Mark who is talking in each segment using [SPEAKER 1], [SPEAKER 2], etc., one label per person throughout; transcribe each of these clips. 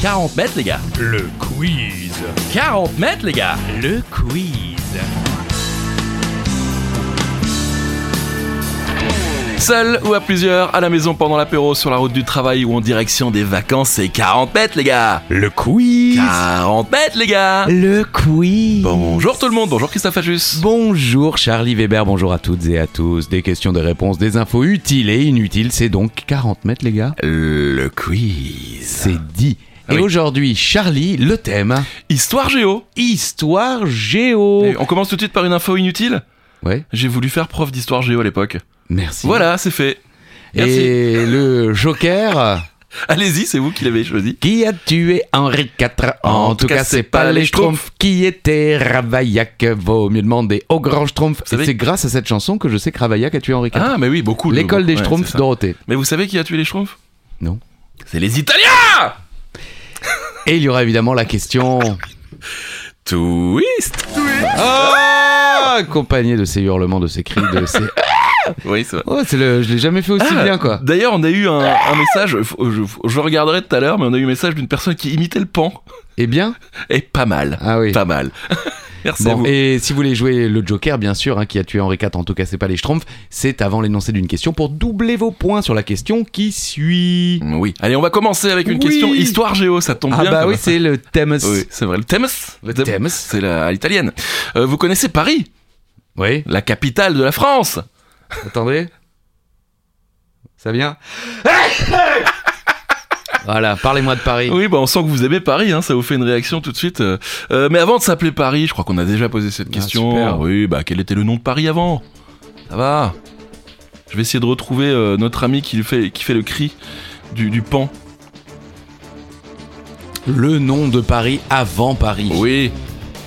[SPEAKER 1] 40 mètres, les gars.
[SPEAKER 2] Le quiz.
[SPEAKER 1] 40 mètres, les gars.
[SPEAKER 2] Le quiz.
[SPEAKER 1] Seul ou à plusieurs, à la maison pendant l'apéro, sur la route du travail ou en direction des vacances, c'est 40 mètres, les gars.
[SPEAKER 2] Le quiz.
[SPEAKER 1] 40 mètres, les gars.
[SPEAKER 3] Ah, Le quiz.
[SPEAKER 1] Bonjour tout le monde, bonjour Christophe Ajus.
[SPEAKER 3] Bonjour Charlie Weber, bonjour à toutes et à tous. Des questions, des réponses, des infos utiles et inutiles. C'est donc 40 mètres, les gars.
[SPEAKER 1] Le quiz.
[SPEAKER 3] C'est dit.
[SPEAKER 1] Ah
[SPEAKER 3] et
[SPEAKER 1] oui.
[SPEAKER 3] aujourd'hui, Charlie, le thème
[SPEAKER 1] Histoire géo.
[SPEAKER 3] Histoire géo.
[SPEAKER 1] Et on commence tout de suite par une info inutile.
[SPEAKER 3] Ouais,
[SPEAKER 1] J'ai voulu faire prof d'histoire géo à l'époque.
[SPEAKER 3] merci.
[SPEAKER 1] Voilà, c'est fait. Merci.
[SPEAKER 3] Et le Joker
[SPEAKER 1] Allez-y, c'est vous qui l'avez choisi.
[SPEAKER 3] qui a tué Henri IV En, tout cas, c'est pas les Schtroumpfs qui étaient Ravaillac. Vaut mieux demander au grand Schtroumpf.
[SPEAKER 1] savez-
[SPEAKER 3] Et C'est grâce à cette chanson que je sais que Ravaillac a tué Henri IV.
[SPEAKER 1] Ah, mais oui, beaucoup. de-
[SPEAKER 3] L'école des
[SPEAKER 1] ouais,
[SPEAKER 3] Schtroumpfs,
[SPEAKER 1] c'est ça.
[SPEAKER 3] Dorothée.
[SPEAKER 1] Mais vous savez qui a tué les Schtroumpfs
[SPEAKER 3] Non.
[SPEAKER 1] C'est les Italiens
[SPEAKER 3] Et il y aura évidemment la question
[SPEAKER 1] Twist
[SPEAKER 3] accompagnée Ah, de ces hurlements, de ces cris, de ces.
[SPEAKER 1] Oui, c'est vrai.
[SPEAKER 3] Oh, c'est le... je l'ai jamais fait aussi
[SPEAKER 1] Ah,
[SPEAKER 3] bien quoi.
[SPEAKER 1] D'ailleurs, on a eu un, un message, faut- je, je regarderai tout à l'heure, mais on a eu un message d'une personne qui imitait le pan.
[SPEAKER 3] Eh bien,
[SPEAKER 1] Et pas mal.
[SPEAKER 3] ah oui.
[SPEAKER 1] Pas mal. Merci à
[SPEAKER 3] Bon,
[SPEAKER 1] vous.
[SPEAKER 3] et si vous voulez jouer le Joker, bien sûr, hein, qui a tué Henri IV, en tout cas, c'est pas les Schtroumpfs, c'est avant l'énoncé d'une question pour doubler vos points sur la question qui suit.
[SPEAKER 1] Oui. Allez, on va commencer avec une
[SPEAKER 3] Oui.
[SPEAKER 1] question histoire géo, ça tombe
[SPEAKER 3] Ah
[SPEAKER 1] bien.
[SPEAKER 3] bah
[SPEAKER 1] comme
[SPEAKER 3] oui, c'est le thème.
[SPEAKER 1] ça. Oui, c'est vrai. Le Thames
[SPEAKER 3] Le Thames.
[SPEAKER 1] C'est la- à l'italienne. Euh, vous connaissez Paris,
[SPEAKER 3] Oui,
[SPEAKER 1] la capitale de la France
[SPEAKER 3] attendez. Ça vient Voilà, parlez-moi de Paris.
[SPEAKER 1] Oui, bah on sent que vous aimez Paris, hein, ça vous fait une réaction tout de suite. euh. Euh, mais avant de s'appeler Paris, je crois qu'on a déjà posé cette
[SPEAKER 3] Ah,
[SPEAKER 1] question.
[SPEAKER 3] super.
[SPEAKER 1] Oui, bah quel était le nom de Paris avant Ça va. Je vais essayer de retrouver euh, notre ami qui fait, qui fait le cri du, du pan.
[SPEAKER 3] Le nom de Paris avant Paris.
[SPEAKER 1] Oui.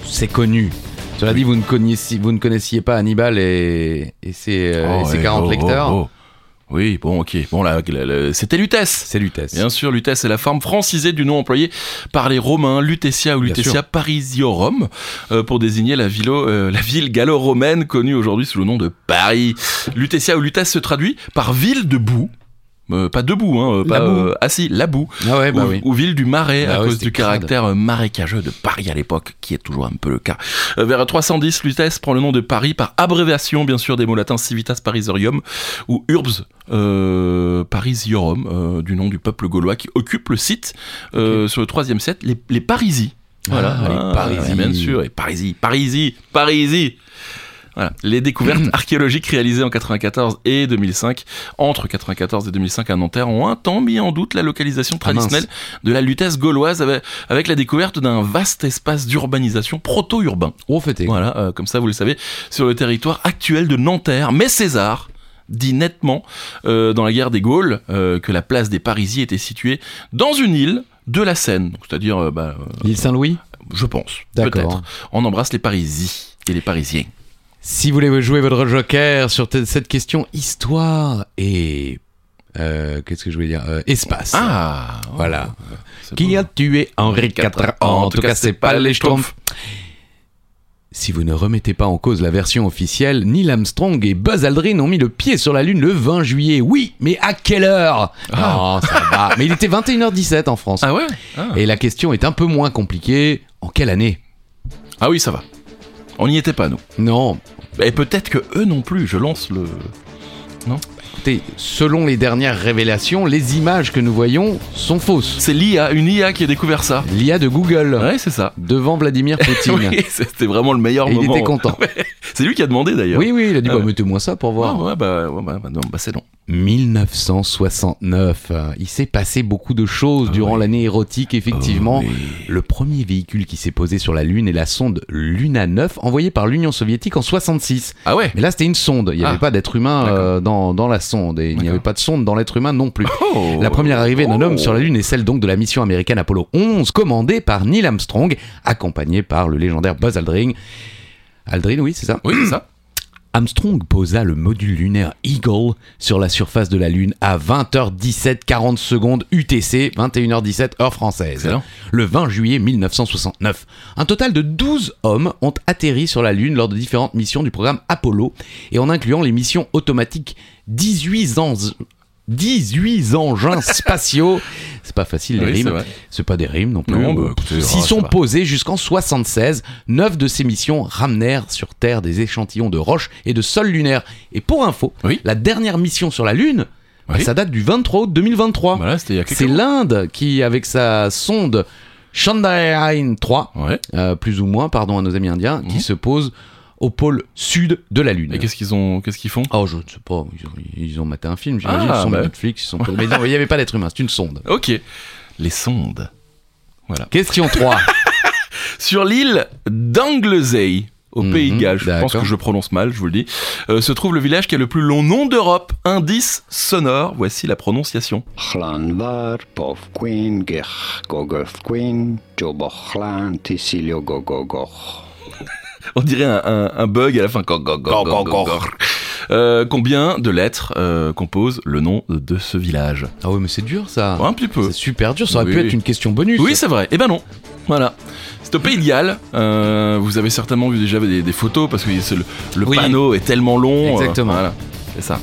[SPEAKER 3] c'est connu. Cela dit, vous ne, connaissiez, vous ne connaissiez pas Hannibal et, et ses, euh, et
[SPEAKER 1] Oh,
[SPEAKER 3] ses
[SPEAKER 1] ouais,
[SPEAKER 3] 40
[SPEAKER 1] oh, oh,
[SPEAKER 3] lecteurs.
[SPEAKER 1] oh. Oui, bon, ok. Bon, là, la- la- c'était Lutèce.
[SPEAKER 3] C'est Lutèce.
[SPEAKER 1] Bien sûr, Lutèce est la forme francisée du nom employé par les Romains, Lutetia ou
[SPEAKER 3] Bien
[SPEAKER 1] Lutetia Parisiorum, euh, pour désigner la, villo- euh, la ville gallo-romaine connue aujourd'hui sous le nom de Paris. Lutetia ou Lutèce se traduit par ville de boue. Euh, pas debout, hein, euh,
[SPEAKER 3] La
[SPEAKER 1] pas
[SPEAKER 3] boue.
[SPEAKER 1] euh, assis, la boue,
[SPEAKER 3] Ah ouais, bah
[SPEAKER 1] ou,
[SPEAKER 3] oui.
[SPEAKER 1] ou ville du marais
[SPEAKER 3] Bah
[SPEAKER 1] à
[SPEAKER 3] ouais,
[SPEAKER 1] cause
[SPEAKER 3] c'était
[SPEAKER 1] du
[SPEAKER 3] crade.
[SPEAKER 1] caractère euh, marécageux de Paris à l'époque, qui est toujours un peu le cas. Euh, vers 310, Lutèce prend le nom de Paris par abréviation, bien sûr, des mots latins civitas parisorium ou urbs euh, parisiorum, euh, du nom du peuple gaulois qui occupe le site euh, sur le troisième siècle, les, les Parisis. Voilà,
[SPEAKER 3] Ah, les Parisis.
[SPEAKER 1] bien sûr, et Parisis, Parisis, Parisis. Voilà. Les découvertes archéologiques réalisées en 94 et 2005, entre 94 et 2005 à Nanterre, ont un temps mis en doute la localisation
[SPEAKER 3] Ah, mince.
[SPEAKER 1] traditionnelle de la lutèce gauloise avec, avec la découverte d'un vaste espace d'urbanisation proto-urbain.
[SPEAKER 3] Oh, fêté.
[SPEAKER 1] Voilà, euh, comme ça vous le savez, sur le territoire actuel de Nanterre. Mais César dit nettement euh, dans la guerre des Gaules euh, que la place des Parisiens était située dans une île de la Seine, Donc, c'est-à-dire, euh, bah, euh,
[SPEAKER 3] L'île Saint-Louis
[SPEAKER 1] je pense, peut-être.
[SPEAKER 3] D'accord.
[SPEAKER 1] On embrasse les Parisiens et les Parisiens.
[SPEAKER 3] Si vous voulez jouer votre joker sur t- cette question histoire et. euh, Qu'est-ce que je voulais dire Euh, Espace.
[SPEAKER 1] Ah,
[SPEAKER 3] Voilà.
[SPEAKER 1] c'est
[SPEAKER 3] Qui
[SPEAKER 1] bon.
[SPEAKER 3] a tué Henri IV En tout cas, c'est pas les Schtroumpfs. Si vous ne remettez pas en cause la version officielle, Neil Armstrong et Buzz Aldrin ont mis le pied sur la Lune le 20 juillet. Oui, mais à quelle heure Non, ça va. Mais il était 21h17 en France.
[SPEAKER 1] Ah ouais ah.
[SPEAKER 3] Et la question est un peu moins compliquée. En quelle année
[SPEAKER 1] Ah oui, ça va. On n'y était pas, nous.
[SPEAKER 3] Non.
[SPEAKER 1] Et peut-être que eux non plus, je lance le...
[SPEAKER 3] Écoutez, selon les dernières révélations, les images que nous voyons sont fausses.
[SPEAKER 1] C'est l'IA, une IA qui a découvert ça.
[SPEAKER 3] L'IA de Google
[SPEAKER 1] Ouais, c'est ça.
[SPEAKER 3] devant Vladimir Poutine.
[SPEAKER 1] Oui, c'était vraiment le meilleur
[SPEAKER 3] Et il
[SPEAKER 1] moment.
[SPEAKER 3] était content.
[SPEAKER 1] C'est lui qui a demandé d'ailleurs.
[SPEAKER 3] Oui, oui, il a dit
[SPEAKER 1] Ah
[SPEAKER 3] bah,
[SPEAKER 1] ouais.
[SPEAKER 3] mettez-moi ça pour
[SPEAKER 1] Ah
[SPEAKER 3] voir.
[SPEAKER 1] ouais, bah, ouais, bah, bah, non, bah, c'est non.
[SPEAKER 3] 1969. euh, Il s'est passé beaucoup de choses
[SPEAKER 1] Ah
[SPEAKER 3] durant
[SPEAKER 1] oui.
[SPEAKER 3] l'année érotique, effectivement.
[SPEAKER 1] Oh, oui.
[SPEAKER 3] Le premier véhicule qui s'est posé sur la Lune est la sonde Luna 9, envoyée par l'Union soviétique en 66.
[SPEAKER 1] Ah ouais
[SPEAKER 3] Mais là, c'était une sonde. Il n'y
[SPEAKER 1] Ah.
[SPEAKER 3] avait pas d'être humain
[SPEAKER 1] D'accord.
[SPEAKER 3] euh, dans, dans la sonde. Et il n'y
[SPEAKER 1] D'accord.
[SPEAKER 3] avait pas de sonde dans l'être humain non plus.
[SPEAKER 1] Oh.
[SPEAKER 3] La première arrivée d'un
[SPEAKER 1] Oh.
[SPEAKER 3] homme sur la Lune est celle donc de la mission américaine Apollo 11, commandée par Neil Armstrong, accompagnée par le légendaire Buzz Aldrin. Aldrin, oui, c'est ça.
[SPEAKER 1] Oui, c'est ça.
[SPEAKER 3] Armstrong posa le module lunaire Eagle sur la surface de la Lune à 20h17 40 secondes UTC, 21h17 heure française
[SPEAKER 1] Excellent.
[SPEAKER 3] le 20 juillet 1969. Un total de 12 hommes ont atterri sur la Lune lors de différentes missions du programme Apollo, et en incluant les missions automatiques 18 ans, 18 engins spatiaux. C'est pas facile les
[SPEAKER 1] Ah Oui, c'est
[SPEAKER 3] rimes.
[SPEAKER 1] vrai.
[SPEAKER 3] C'est pas des rimes non plus.
[SPEAKER 1] Non, bah, écoutez,
[SPEAKER 3] S'y
[SPEAKER 1] ah, ça
[SPEAKER 3] sont
[SPEAKER 1] va.
[SPEAKER 3] posés jusqu'en 76, neuf de ces missions ramenèrent sur Terre des échantillons de roches et de sol lunaire. Et pour info,
[SPEAKER 1] Oui.
[SPEAKER 3] la dernière mission sur la Lune, bah,
[SPEAKER 1] Oui. Bah
[SPEAKER 3] ça date du 23 août 2023.
[SPEAKER 1] Voilà, c'était il y a quelques
[SPEAKER 3] C'est l'Inde qui, avec sa sonde Chandrayaan 3,
[SPEAKER 1] Ouais.
[SPEAKER 3] euh, plus ou moins, pardon à nos amis indiens,
[SPEAKER 1] Mhm.
[SPEAKER 3] qui se pose au pôle sud de la Lune.
[SPEAKER 1] Et qu'est-ce qu'ils ont Qu'est-ce qu'ils font
[SPEAKER 3] Oh, je ne sais pas, ils ont, ils ont maté un film, j'imagine,
[SPEAKER 1] Ah,
[SPEAKER 3] ils sont
[SPEAKER 1] bah.
[SPEAKER 3] Netflix, ils sont... Mais non, il n'y avait pas d'être humain, c'est une sonde.
[SPEAKER 1] Ok. Les sondes.
[SPEAKER 3] Question 3.
[SPEAKER 1] Sur l'île d'Anglesey, au
[SPEAKER 3] Mhm,
[SPEAKER 1] Pays de Galles, je pense
[SPEAKER 3] d'accord.
[SPEAKER 1] que je prononce mal, je vous le dis, euh, se trouve le village qui a le plus long nom d'Europe. Indice sonore, voici la prononciation.
[SPEAKER 4] Chlanvar, pof queen, gech, gogof queen, jobochlan, tisilio gogogoch.
[SPEAKER 1] On dirait un, un- un bug à la fin. Gor, gor, gor, gor, gor, gor. Euh, combien de lettres euh, compose le nom de ce village
[SPEAKER 3] ah oui, mais c'est dur ça.
[SPEAKER 1] Un petit peu.
[SPEAKER 3] C'est super dur, ça aurait pu
[SPEAKER 1] Oui.
[SPEAKER 3] être une question bonus.
[SPEAKER 1] Oui, c'est vrai. Eh ben non. Voilà. C'est au Pays de Galles. Euh, vous avez certainement vu déjà des, des photos parce que c'est le, le
[SPEAKER 3] Oui.
[SPEAKER 1] panneau est tellement long. euh,
[SPEAKER 3] Exactement.
[SPEAKER 1] voilà. C'est ça.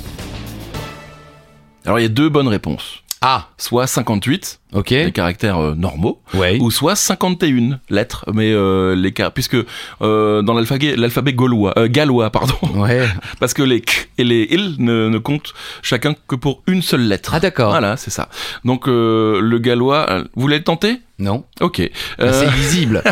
[SPEAKER 1] Alors il y a deux bonnes réponses.
[SPEAKER 3] Ah,
[SPEAKER 1] Soit 58,
[SPEAKER 3] ok.
[SPEAKER 1] les caractères euh, normaux,
[SPEAKER 3] Ouais.
[SPEAKER 1] ou soit 51 lettres, mais euh, les car- puisque euh, dans l'alphabet, l'alphabet gaulois, euh, gallois, pardon,
[SPEAKER 3] Ouais.
[SPEAKER 1] parce que les k et les il ne, ne comptent chacun que pour une seule lettre.
[SPEAKER 3] Ah d'accord.
[SPEAKER 1] Voilà, c'est ça. Donc euh, le gallois, euh, vous voulez le tenter
[SPEAKER 3] Non,
[SPEAKER 1] Ok.
[SPEAKER 3] Bah,
[SPEAKER 1] Euh,
[SPEAKER 3] c'est lisible.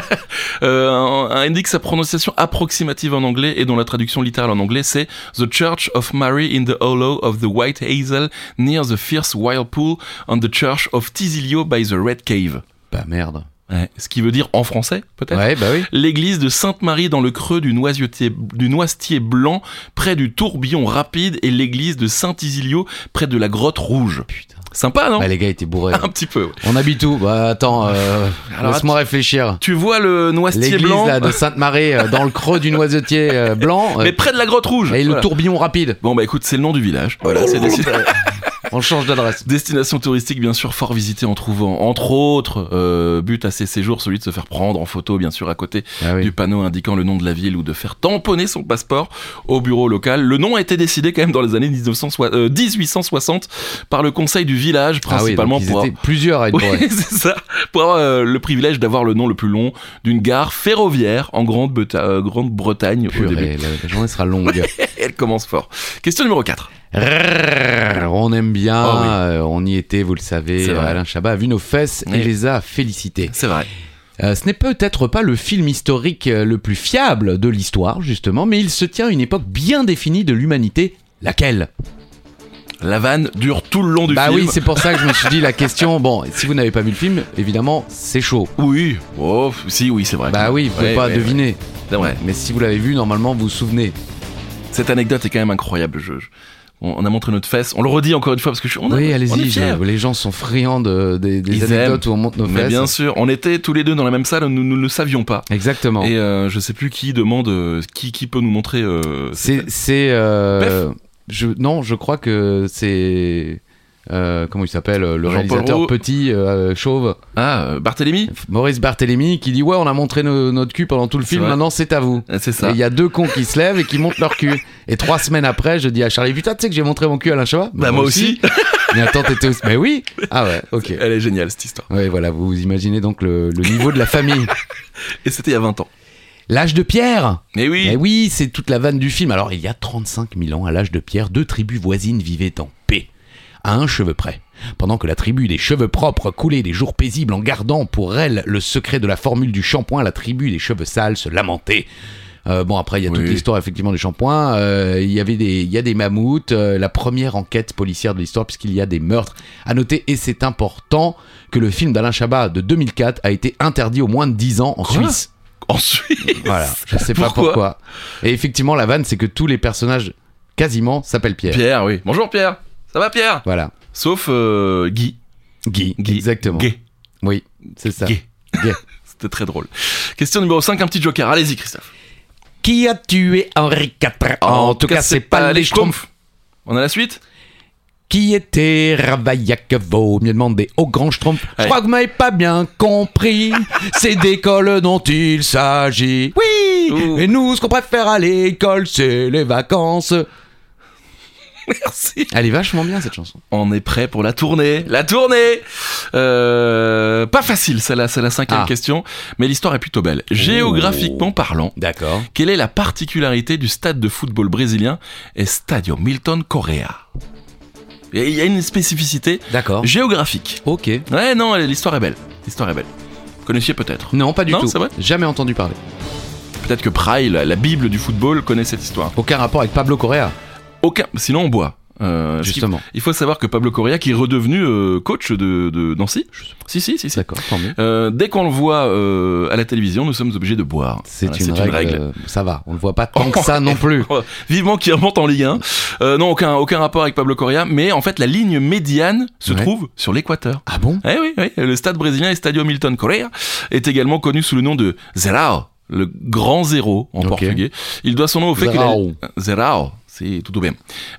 [SPEAKER 1] euh, un- un indique sa prononciation approximative en anglais et dont la traduction littérale en anglais c'est The Church of Mary in the Hollow of the White Hazel near the fierce whirlpool on the Church of Tisilio by the Red Cave.
[SPEAKER 3] bah merde.
[SPEAKER 1] Ouais, ce qui veut dire en français peut-être
[SPEAKER 3] Ouais, bah oui.
[SPEAKER 1] L'église de Sainte-Marie dans le creux du noisetier, du noisetier blanc près du tourbillon rapide et l'église de Saint-Isilio près de la grotte rouge.
[SPEAKER 3] Putain.
[SPEAKER 1] Sympa non
[SPEAKER 3] Bah les gars étaient bourrés.
[SPEAKER 1] Un petit peu. ouais.
[SPEAKER 3] On habite où Bah attends, euh,
[SPEAKER 1] Alors,
[SPEAKER 3] laisse-moi réfléchir.
[SPEAKER 1] Tu vois le noisetier
[SPEAKER 3] L'église
[SPEAKER 1] blanc
[SPEAKER 3] là de Sainte-Marie, euh, dans le creux du noisetier euh, blanc, euh,
[SPEAKER 1] mais près de la grotte rouge.
[SPEAKER 3] et le
[SPEAKER 1] Voilà.
[SPEAKER 3] tourbillon rapide.
[SPEAKER 1] Bon bah écoute, c'est le nom du village. Voilà, c'est décidé.
[SPEAKER 3] On change d'adresse.
[SPEAKER 1] Destination touristique bien sûr fort visitée en trouvant entre autres euh, but à ces séjours celui de se faire prendre en photo bien sûr à côté
[SPEAKER 3] Ah oui.
[SPEAKER 1] du panneau indiquant le nom de la ville ou de faire tamponner son passeport au bureau local. Le nom a été décidé quand même dans les années 1960, euh, 1860 par le conseil du village
[SPEAKER 3] Ah oui,
[SPEAKER 1] principalement
[SPEAKER 3] donc ils
[SPEAKER 1] pour
[SPEAKER 3] étaient plusieurs à être
[SPEAKER 1] oui,
[SPEAKER 3] bourrés.
[SPEAKER 1] c'est ça. Pour avoir euh, le privilège d'avoir le nom le plus long d'une gare ferroviaire en Grande-Bretagne Grande au début.
[SPEAKER 3] Purée, la, la journée sera longue.
[SPEAKER 1] Elle commence fort. Question numéro 4.
[SPEAKER 3] Rrrr, on aime bien,
[SPEAKER 1] Oh oui.
[SPEAKER 3] euh, on y était, vous le savez.
[SPEAKER 1] C'est vrai.
[SPEAKER 3] Alain Chabat a vu nos fesses et
[SPEAKER 1] Oui.
[SPEAKER 3] les a félicitées.
[SPEAKER 1] C'est vrai.
[SPEAKER 3] Euh, ce n'est peut-être pas le film historique euh, le plus fiable de l'histoire, justement, mais il se tient à une époque bien définie de l'humanité. Laquelle
[SPEAKER 1] La vanne dure tout le long du
[SPEAKER 3] Bah
[SPEAKER 1] film.
[SPEAKER 3] oui, c'est pour ça que je me suis dit la question. Bon, si vous n'avez pas vu le film, évidemment, c'est chaud.
[SPEAKER 1] Oui, oh, si, oui, c'est vrai.
[SPEAKER 3] Bah oui, vous pouvez
[SPEAKER 1] Ouais,
[SPEAKER 3] pas
[SPEAKER 1] ouais,
[SPEAKER 3] deviner.
[SPEAKER 1] ouais. C'est vrai.
[SPEAKER 3] Mais si vous l'avez vu, normalement, vous vous souvenez.
[SPEAKER 1] Cette anecdote est quand même incroyable. Je, je- on, on a montré notre fesse. On le redit encore une fois parce que je suis. On,
[SPEAKER 3] oui,
[SPEAKER 1] est- on est
[SPEAKER 3] allez-y.
[SPEAKER 1] fiers.
[SPEAKER 3] je- Les gens sont friands de- des, des
[SPEAKER 1] Ils
[SPEAKER 3] anecdotes où on monte nos
[SPEAKER 1] Mais
[SPEAKER 3] fesses.
[SPEAKER 1] bien sûr, on était tous les deux dans la même salle. Nous nous ne le savions pas.
[SPEAKER 3] Exactement.
[SPEAKER 1] Et euh, je sais plus qui demande, euh, qui, qui peut nous montrer. euh,
[SPEAKER 3] C'est. c'est euh, je, non, je crois que c'est. euh, comment il s'appelle euh, Le
[SPEAKER 1] Jean-Paul
[SPEAKER 3] réalisateur
[SPEAKER 1] Roux.
[SPEAKER 3] petit, euh, chauve,
[SPEAKER 1] Ah, euh, Barthélemy
[SPEAKER 3] F- Maurice Barthélémy, qui dit Ouais, on a montré no- notre cul pendant tout le film,
[SPEAKER 1] vrai.
[SPEAKER 3] maintenant c'est à vous.
[SPEAKER 1] Ah, C'est
[SPEAKER 3] Et
[SPEAKER 1] ça.
[SPEAKER 3] Il y a deux cons qui se lèvent et qui montent leur cul. Et trois semaines après, je dis à Charlie Putain, tu sais que j'ai montré mon cul à Alain Chabat
[SPEAKER 1] Bah, moi aussi.
[SPEAKER 3] Mais attends, t'étais aussi. Mais oui Ah ouais, ok.
[SPEAKER 1] Elle est géniale cette histoire.
[SPEAKER 3] Ouais, voilà, vous imaginez donc le, le niveau de la famille.
[SPEAKER 1] Et c'était il y a 20 ans.
[SPEAKER 3] L'âge de pierre
[SPEAKER 1] Mais oui,
[SPEAKER 3] Eh oui, c'est toute la vanne du film. Alors, il y a 35 000 ans, à l'âge de pierre, deux tribus voisines vivaient en paix, à un cheveu près. Pendant que la tribu des cheveux propres coulait des jours paisibles en gardant pour elle le secret de la formule du shampoing, la tribu des cheveux sales se lamentait. Euh, bon, après, il y a
[SPEAKER 1] Oui.
[SPEAKER 3] toute l'histoire, effectivement, des shampoings. Euh, Il y avait des, il y a des mammouths. euh, la première enquête policière de l'histoire, puisqu'il y a des meurtres à noter. Et c'est important que le film d'Alain Chabat de 2004 a été interdit au moins de 10 ans en
[SPEAKER 1] Quoi
[SPEAKER 3] Suisse.
[SPEAKER 1] ensuite.
[SPEAKER 3] Voilà, je sais pas
[SPEAKER 1] Pourquoi
[SPEAKER 3] pourquoi. Et effectivement, la vanne, c'est que tous les personnages quasiment s'appellent Pierre.
[SPEAKER 1] Pierre, oui. Bonjour Pierre. Ça va Pierre
[SPEAKER 3] Voilà.
[SPEAKER 1] Sauf euh, Guy.
[SPEAKER 3] Guy.
[SPEAKER 1] Guy.
[SPEAKER 3] Exactement.
[SPEAKER 1] Gay.
[SPEAKER 3] Oui, c'est ça.
[SPEAKER 1] Gay.
[SPEAKER 3] Gay.
[SPEAKER 1] C'était très drôle. Question numéro 5, un petit joker. Allez-y Christophe.
[SPEAKER 3] Qui a tué Henri IV En tout cas, c'est pas les Schtroumpfs.
[SPEAKER 1] Schtroumpfs. On a la suite
[SPEAKER 3] Qui était Ravaillac Vaut mieux demander au grand Schtroumpf. Je
[SPEAKER 1] Ouais.
[SPEAKER 3] crois que vous m'avez pas bien compris. c'est d'école dont il s'agit. Oui
[SPEAKER 1] Ouh.
[SPEAKER 3] Et nous, ce qu'on préfère à l'école, c'est les vacances.
[SPEAKER 1] Merci.
[SPEAKER 3] Elle est vachement bien cette chanson.
[SPEAKER 1] On est prêt pour la tournée. La tournée Euh, Pas facile, celle-là, c'est la cinquième
[SPEAKER 3] Ah. Oh.
[SPEAKER 1] question, mais l'histoire est plutôt belle. Géographiquement parlant,
[SPEAKER 3] D'accord.
[SPEAKER 1] quelle est la particularité du stade de football brésilien Estadio Milton Correa Et Il y a une spécificité
[SPEAKER 3] D'accord.
[SPEAKER 1] géographique.
[SPEAKER 3] Ok.
[SPEAKER 1] Ouais, non, elle- l'histoire est belle. L'histoire est belle. Vous connaissiez peut-être.
[SPEAKER 3] Non, pas du
[SPEAKER 1] Non,
[SPEAKER 3] tout.
[SPEAKER 1] c'est vrai
[SPEAKER 3] Jamais entendu parler.
[SPEAKER 1] Peut-être que Praille, la, la Bible du football, connaît cette histoire.
[SPEAKER 3] Aucun rapport avec Pablo Correa,
[SPEAKER 1] Aucun. Sinon, on boit. Euh, ce qui-
[SPEAKER 3] justement.
[SPEAKER 1] Il faut savoir que Pablo Correa, qui est redevenu euh, coach de, de Nancy,
[SPEAKER 3] Je sais
[SPEAKER 1] si, si, si, si.
[SPEAKER 3] D'accord, tant mieux.
[SPEAKER 1] Euh, dès qu'on le voit euh, à la télévision, nous sommes obligés de boire.
[SPEAKER 3] C'est
[SPEAKER 1] Voilà,
[SPEAKER 3] une, règle. euh, ça va, on le voit pas tant
[SPEAKER 1] Oh,
[SPEAKER 3] que ça non plus.
[SPEAKER 1] Vivement qu'il remonte en Ligue 1. Euh, non, aucun, aucun rapport avec Pablo Correa, mais en fait, la ligne médiane se
[SPEAKER 3] Ouais.
[SPEAKER 1] trouve sur l'équateur.
[SPEAKER 3] Ah bon
[SPEAKER 1] Eh oui, oui, le stade brésilien Estadio Milton Correa est également connu sous le nom de Zerao, le grand zéro en
[SPEAKER 3] Ok.
[SPEAKER 1] portugais. Il doit son nom au fait que la-
[SPEAKER 3] Zerao.
[SPEAKER 1] Zerao, c'est tout au bien.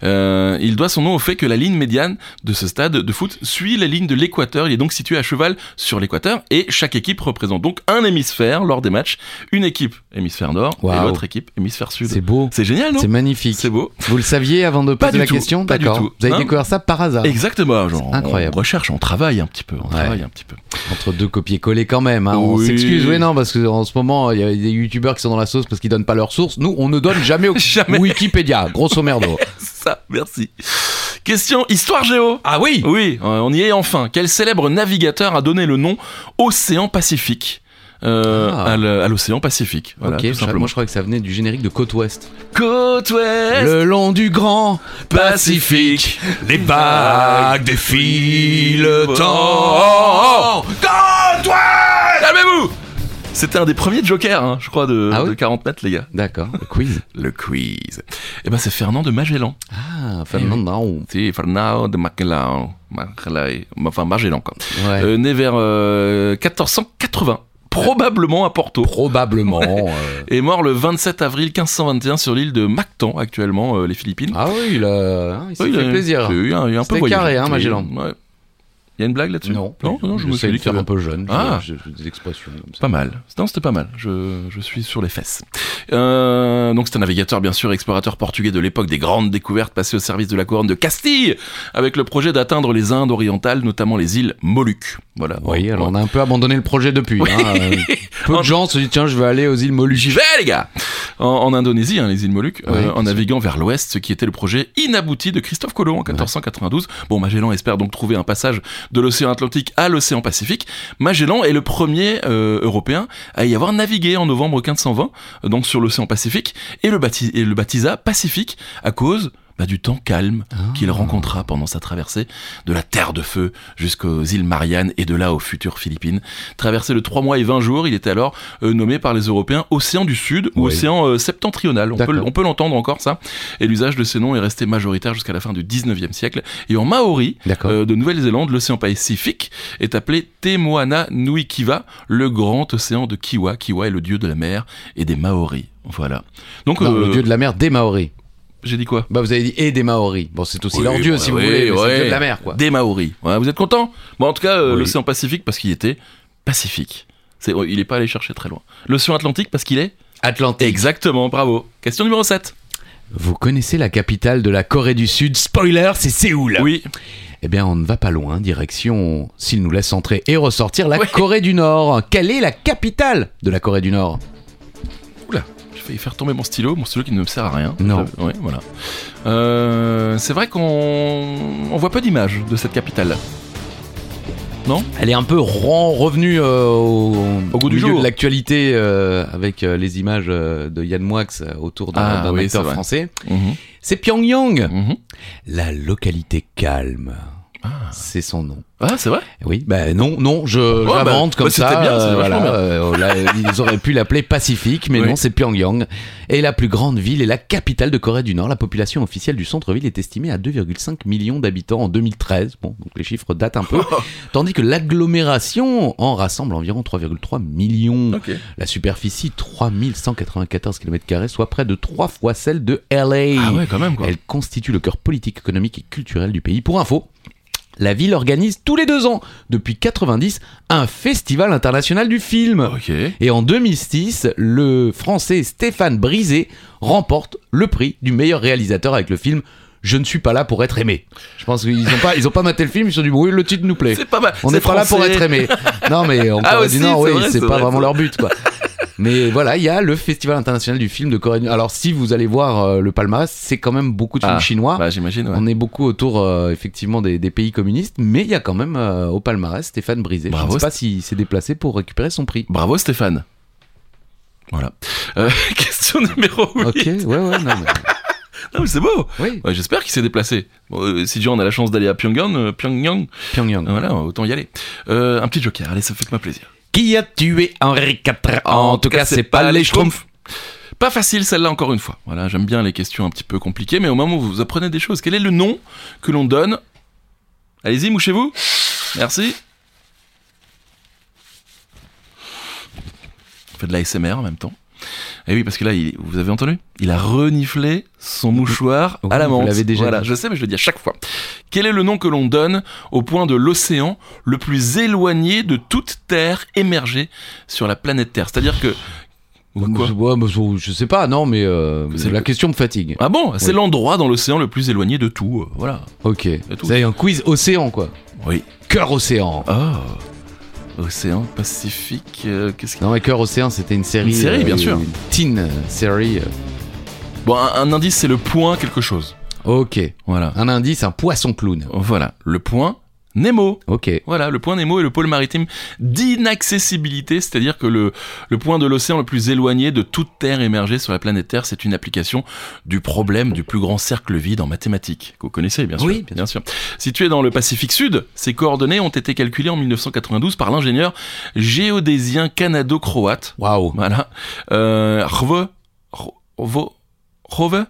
[SPEAKER 1] Euh, il doit son nom au fait que la ligne médiane de ce stade de foot suit la ligne de l'équateur. Il est donc situé à cheval sur l'équateur et chaque équipe représente donc un hémisphère lors des matchs. Une équipe hémisphère nord et
[SPEAKER 3] Waouh.
[SPEAKER 1] l'autre équipe hémisphère sud.
[SPEAKER 3] C'est beau.
[SPEAKER 1] C'est génial, non
[SPEAKER 3] C'est magnifique.
[SPEAKER 1] C'est beau.
[SPEAKER 3] Vous le saviez avant de
[SPEAKER 1] Pas
[SPEAKER 3] poser
[SPEAKER 1] du
[SPEAKER 3] la
[SPEAKER 1] tout,
[SPEAKER 3] question
[SPEAKER 1] pas du
[SPEAKER 3] D'accord.
[SPEAKER 1] tout.
[SPEAKER 3] Vous avez
[SPEAKER 1] Hein
[SPEAKER 3] découvert ça par hasard.
[SPEAKER 1] Exactement. Genre,
[SPEAKER 3] Ah. C'est incroyable.
[SPEAKER 1] On recherche, on travaille un petit peu. On
[SPEAKER 3] Ouais.
[SPEAKER 1] travaille un petit peu.
[SPEAKER 3] Entre deux copier-coller quand même. hein. On
[SPEAKER 1] Oui.
[SPEAKER 3] s'excuse, oui, non, parce qu'en ce moment, il y a des youtubeurs qui sont dans la sauce parce qu'ils donnent pas leurs sources. Nous, on ne donne jamais au
[SPEAKER 1] Jamais.
[SPEAKER 3] Wikipédia, grosso merdo.
[SPEAKER 1] Ça, merci. Question histoire géo.
[SPEAKER 3] ah oui
[SPEAKER 1] Oui, euh, on y est enfin. Quel célèbre navigateur a donné le nom Océan Pacifique euh,
[SPEAKER 3] Ah.
[SPEAKER 1] à le- à l'océan Pacifique Voilà,
[SPEAKER 3] Ok,
[SPEAKER 1] tout
[SPEAKER 3] je-
[SPEAKER 1] simplement.
[SPEAKER 3] moi je crois que ça venait du générique de Côte Ouest.
[SPEAKER 1] Côte ouest,
[SPEAKER 3] Le long du grand
[SPEAKER 1] Pacifique,
[SPEAKER 2] Les bagues défilent le
[SPEAKER 1] Oh,
[SPEAKER 2] temps. Quand ouais
[SPEAKER 1] calmez-vous C'était un des premiers jokers, hein, je crois, de,
[SPEAKER 3] Ah oui
[SPEAKER 1] de 40 mètres, les gars.
[SPEAKER 3] D'accord, le quiz.
[SPEAKER 1] Le quiz. Eh ben, c'est Fernand de Magellan.
[SPEAKER 3] Ah, Fernando.
[SPEAKER 1] Si, Fernand de Magellan. Magellan. Enfin, Magellan, quoi.
[SPEAKER 3] Ouais.
[SPEAKER 1] Euh, né vers euh, 1480, probablement à Porto.
[SPEAKER 3] Probablement. euh,
[SPEAKER 1] est mort le 27 avril 1521 sur l'île de Mactan, actuellement euh, les Philippines.
[SPEAKER 3] Ah oui, il, a... hein, il s'est
[SPEAKER 1] Oui, il
[SPEAKER 3] fait
[SPEAKER 1] a-
[SPEAKER 3] plaisir.
[SPEAKER 1] il a eu un, il a un peu
[SPEAKER 3] C'était
[SPEAKER 1] voyagé.
[SPEAKER 3] carré, hein,
[SPEAKER 1] Oui,
[SPEAKER 3] Magellan.
[SPEAKER 1] ouais. Il y a une blague là-dessus
[SPEAKER 3] Non,
[SPEAKER 1] non, non, je me suis dit
[SPEAKER 3] faire
[SPEAKER 1] que
[SPEAKER 3] un peu jeune.
[SPEAKER 1] Ah.
[SPEAKER 3] j'ai- j'ai des expressions comme ça.
[SPEAKER 1] pas mal. Non, c'était pas mal. Je, je suis sur les fesses. Euh, donc c'est un navigateur, bien sûr, explorateur portugais de l'époque des grandes découvertes passées au service de la couronne de Castille, avec le projet d'atteindre les Indes orientales, notamment les îles Moluques. Voilà.
[SPEAKER 3] Oui,
[SPEAKER 1] Bon,
[SPEAKER 3] alors on a un peu abandonné le projet depuis. hein, euh, Peu de gens se disent tiens, je vais aller aux îles
[SPEAKER 1] J'y
[SPEAKER 3] Moluques.
[SPEAKER 1] vais, les gars En, en Indonésie, hein, les îles Moluques, euh,
[SPEAKER 3] Ouais, bien
[SPEAKER 1] en
[SPEAKER 3] sûr.
[SPEAKER 1] naviguant vers l'ouest, ce qui était le projet inabouti de Christophe Colomb en 1492. Bon, Magellan espère donc trouver un passage de l'océan Atlantique à l'océan Pacifique. Magellan est le premier euh, Européen à y avoir navigué en novembre 1520, euh, donc sur l'océan Pacifique, et le, bapti- et le baptisa Pacifique à cause bah, du temps calme qu'il rencontra pendant sa traversée de la Terre de Feu jusqu'aux îles Mariannes et de là aux futures Philippines. Traversé de 3 mois et 20 jours, il était alors euh, nommé par les Européens Océan du Sud ou
[SPEAKER 3] Oui.
[SPEAKER 1] Océan euh, septentrional. On peut,
[SPEAKER 3] D'accord.
[SPEAKER 1] on peut l'entendre encore ça. Et l'usage de ces noms est resté majoritaire jusqu'à la fin du 19e siècle. Et en Maori,
[SPEAKER 3] D'accord.
[SPEAKER 1] euh, de Nouvelle-Zélande, l'océan Pacifique est appelé Te Moana Nui Kiva, le grand océan de Kiwa. Kiwa est le dieu de la mer et des Maoris. Voilà. Donc,
[SPEAKER 3] Non,
[SPEAKER 1] euh,
[SPEAKER 3] Le dieu de la mer des Maoris.
[SPEAKER 1] j'ai dit quoi
[SPEAKER 3] Bah vous avez dit et des Maoris. Bon, c'est aussi
[SPEAKER 1] Oui,
[SPEAKER 3] leur dieu
[SPEAKER 1] bah,
[SPEAKER 3] si vous
[SPEAKER 1] oui,
[SPEAKER 3] voulez, mais c'est le
[SPEAKER 1] ouais.
[SPEAKER 3] dieu de la mer quoi.
[SPEAKER 1] Des Maoris. Ouais, vous êtes content Bon, en tout cas, euh,
[SPEAKER 3] Oui.
[SPEAKER 1] l'océan Pacifique parce qu'il était pacifique. C'est, oh, il n'est pas allé chercher très loin. L'océan Atlantique parce qu'il est
[SPEAKER 3] Atlantique.
[SPEAKER 1] Exactement, bravo. Question numéro 7.
[SPEAKER 3] Vous connaissez la capitale de la Corée du Sud Spoiler, c'est Séoul.
[SPEAKER 1] Oui,
[SPEAKER 3] Eh bien, on ne va pas loin, direction, s'il nous laisse entrer et ressortir, la
[SPEAKER 1] Ouais.
[SPEAKER 3] Corée du Nord. Quelle est la capitale de la Corée du Nord
[SPEAKER 1] j'ai failli faire tomber mon stylo, mon stylo qui ne me sert à rien.
[SPEAKER 3] Non.
[SPEAKER 1] Ouais, voilà. Euh, c'est vrai qu'on on voit peu d'images de cette capitale.
[SPEAKER 3] Elle est un peu ren- revenue euh, au,
[SPEAKER 1] Au goût du
[SPEAKER 3] milieu
[SPEAKER 1] jour.
[SPEAKER 3] de l'actualité euh, avec euh, les images euh, de Yann Moix euh, autour d'un
[SPEAKER 1] Ah,
[SPEAKER 3] d'un
[SPEAKER 1] oui, c'est
[SPEAKER 3] acteur
[SPEAKER 1] vrai.
[SPEAKER 3] français. C'est Pyongyang,
[SPEAKER 1] Mhm.
[SPEAKER 3] la localité calme.
[SPEAKER 1] Ah.
[SPEAKER 3] C'est son nom.
[SPEAKER 1] Ah, c'est vrai
[SPEAKER 3] Oui, ben non, non, je
[SPEAKER 1] bah,
[SPEAKER 3] j'invente comme
[SPEAKER 1] bah, c'était
[SPEAKER 3] ça.
[SPEAKER 1] bien, c'était
[SPEAKER 3] euh,
[SPEAKER 1] vachement
[SPEAKER 3] voilà,
[SPEAKER 1] bien.
[SPEAKER 3] euh, là, ils auraient pu l'appeler Pacifique, mais
[SPEAKER 1] Oui.
[SPEAKER 3] non, c'est Pyongyang. Et la plus grande ville et la capitale de Corée du Nord. La population officielle du centre-ville est estimée à 2,5 millions d'habitants en 2013. Bon, donc les chiffres datent un peu. Tandis que l'agglomération en rassemble environ 3,3 millions.
[SPEAKER 1] Ok.
[SPEAKER 3] La superficie, 3194 km, soit près de trois fois celle de LA.
[SPEAKER 1] Ah ouais, quand même, quoi.
[SPEAKER 3] Elle constitue le cœur politique, économique et culturel du pays. Pour info, la ville organise tous les deux ans, depuis 90, un festival international du film.
[SPEAKER 1] Ok.
[SPEAKER 3] Et en 2006, le français Stéphane Brisé remporte le prix du meilleur réalisateur avec le film je ne suis pas là pour être aimé. Je pense qu'ils n'ont pas, ils ont pas maté le film, ils se sont dit, oui, le titre nous plaît.
[SPEAKER 1] C'est pas mal.
[SPEAKER 3] On
[SPEAKER 1] c'est
[SPEAKER 3] n'est pas là pour
[SPEAKER 1] français.
[SPEAKER 3] être aimé. Non, mais on
[SPEAKER 1] Ah,
[SPEAKER 3] Corée du
[SPEAKER 1] aussi,
[SPEAKER 3] Nord,
[SPEAKER 1] c'est
[SPEAKER 3] oui,
[SPEAKER 1] vrai,
[SPEAKER 3] c'est
[SPEAKER 1] c'est
[SPEAKER 3] pas
[SPEAKER 1] vrai,
[SPEAKER 3] vraiment
[SPEAKER 1] c'est
[SPEAKER 3] leur but, quoi. Mais voilà, il y a le Festival international du film de Corée du Nord. Alors, si vous allez voir euh, le palmarès, c'est quand même beaucoup de films
[SPEAKER 1] Ah,
[SPEAKER 3] chinois.
[SPEAKER 1] Bah, j'imagine, ouais.
[SPEAKER 3] On est beaucoup autour, euh, effectivement, des, des pays communistes, mais il y a quand même euh, au palmarès Stéphane Brisé. Je ne
[SPEAKER 1] Bravo,
[SPEAKER 3] sais pas s'il s'est déplacé pour récupérer son prix.
[SPEAKER 1] Bravo Stéphane. Voilà. Euh, question numéro 8.
[SPEAKER 3] Ok, ouais, ouais, non, mais-
[SPEAKER 1] Non, mais c'est beau.
[SPEAKER 3] Oui,
[SPEAKER 1] Ouais, Bah, J'espère qu'il s'est déplacé. Bon, euh, si déjà on a la chance d'aller à Pyongyang, euh, Pyongyang,
[SPEAKER 3] Pyongyang.
[SPEAKER 1] voilà, autant y aller. Euh, un petit joker, allez, ça fait que ma plaisir.
[SPEAKER 3] Qui a tué Henri IV En tout cas, c'est pas les Schtroumpfs.
[SPEAKER 1] Pas facile celle-là encore une fois. Voilà, j'aime bien les questions un petit peu compliquées, mais au moment où vous apprenez des choses, quel est le nom que l'on donne Allez-y, mouchez-vous. Merci. On fait de l'ASMR en même temps. Et oui, parce que là, il- vous avez entendu Il a reniflé son mouchoir
[SPEAKER 3] Oui,
[SPEAKER 1] à la
[SPEAKER 3] vous
[SPEAKER 1] menthe.
[SPEAKER 3] l'avez déjà
[SPEAKER 1] voilà,
[SPEAKER 3] dit.
[SPEAKER 1] je sais, mais je le dis à chaque fois. Quel est le nom que l'on donne au point de l'océan le plus éloigné de toute terre émergée sur la planète Terre C'est-à-dire que. Quoi
[SPEAKER 3] Ouais, bah, je- je sais pas, non, mais euh,
[SPEAKER 1] C'est-
[SPEAKER 3] la question me fatigue.
[SPEAKER 1] Ah bon C'est
[SPEAKER 3] Oui.
[SPEAKER 1] l'endroit dans l'océan le plus éloigné de tout. euh, Voilà.
[SPEAKER 3] Ok.
[SPEAKER 1] tout.
[SPEAKER 3] Vous avez un quiz océan, quoi.
[SPEAKER 1] Oui.
[SPEAKER 3] Cœur océan.
[SPEAKER 1] Oh Océan Pacifique. euh, Qu'est-ce que.
[SPEAKER 3] Non, mais Cœur océan, c'était une série.
[SPEAKER 1] Une série, bien sûr.
[SPEAKER 3] Une teen euh, série. euh.
[SPEAKER 1] Bon, un, un indice, c'est le point quelque chose.
[SPEAKER 3] Ok.
[SPEAKER 1] Voilà.
[SPEAKER 3] Un indice, un poisson clown.
[SPEAKER 1] Voilà. Le point Nemo.
[SPEAKER 3] Ok.
[SPEAKER 1] Voilà, le point Nemo est le pôle maritime d'inaccessibilité, c'est-à-dire que le, le point de l'océan le plus éloigné de toute terre émergée sur la planète Terre, c'est une application du problème du plus grand cercle vide en mathématiques, que vous connaissez bien sûr.
[SPEAKER 3] Oui, bien
[SPEAKER 1] sûr. Situé dans le Pacifique Sud, ces coordonnées ont été calculées en 1992 par l'ingénieur géodésien canado-croate,
[SPEAKER 3] Waouh.
[SPEAKER 1] voilà, euh, Hrve, Hrvo- Hrove,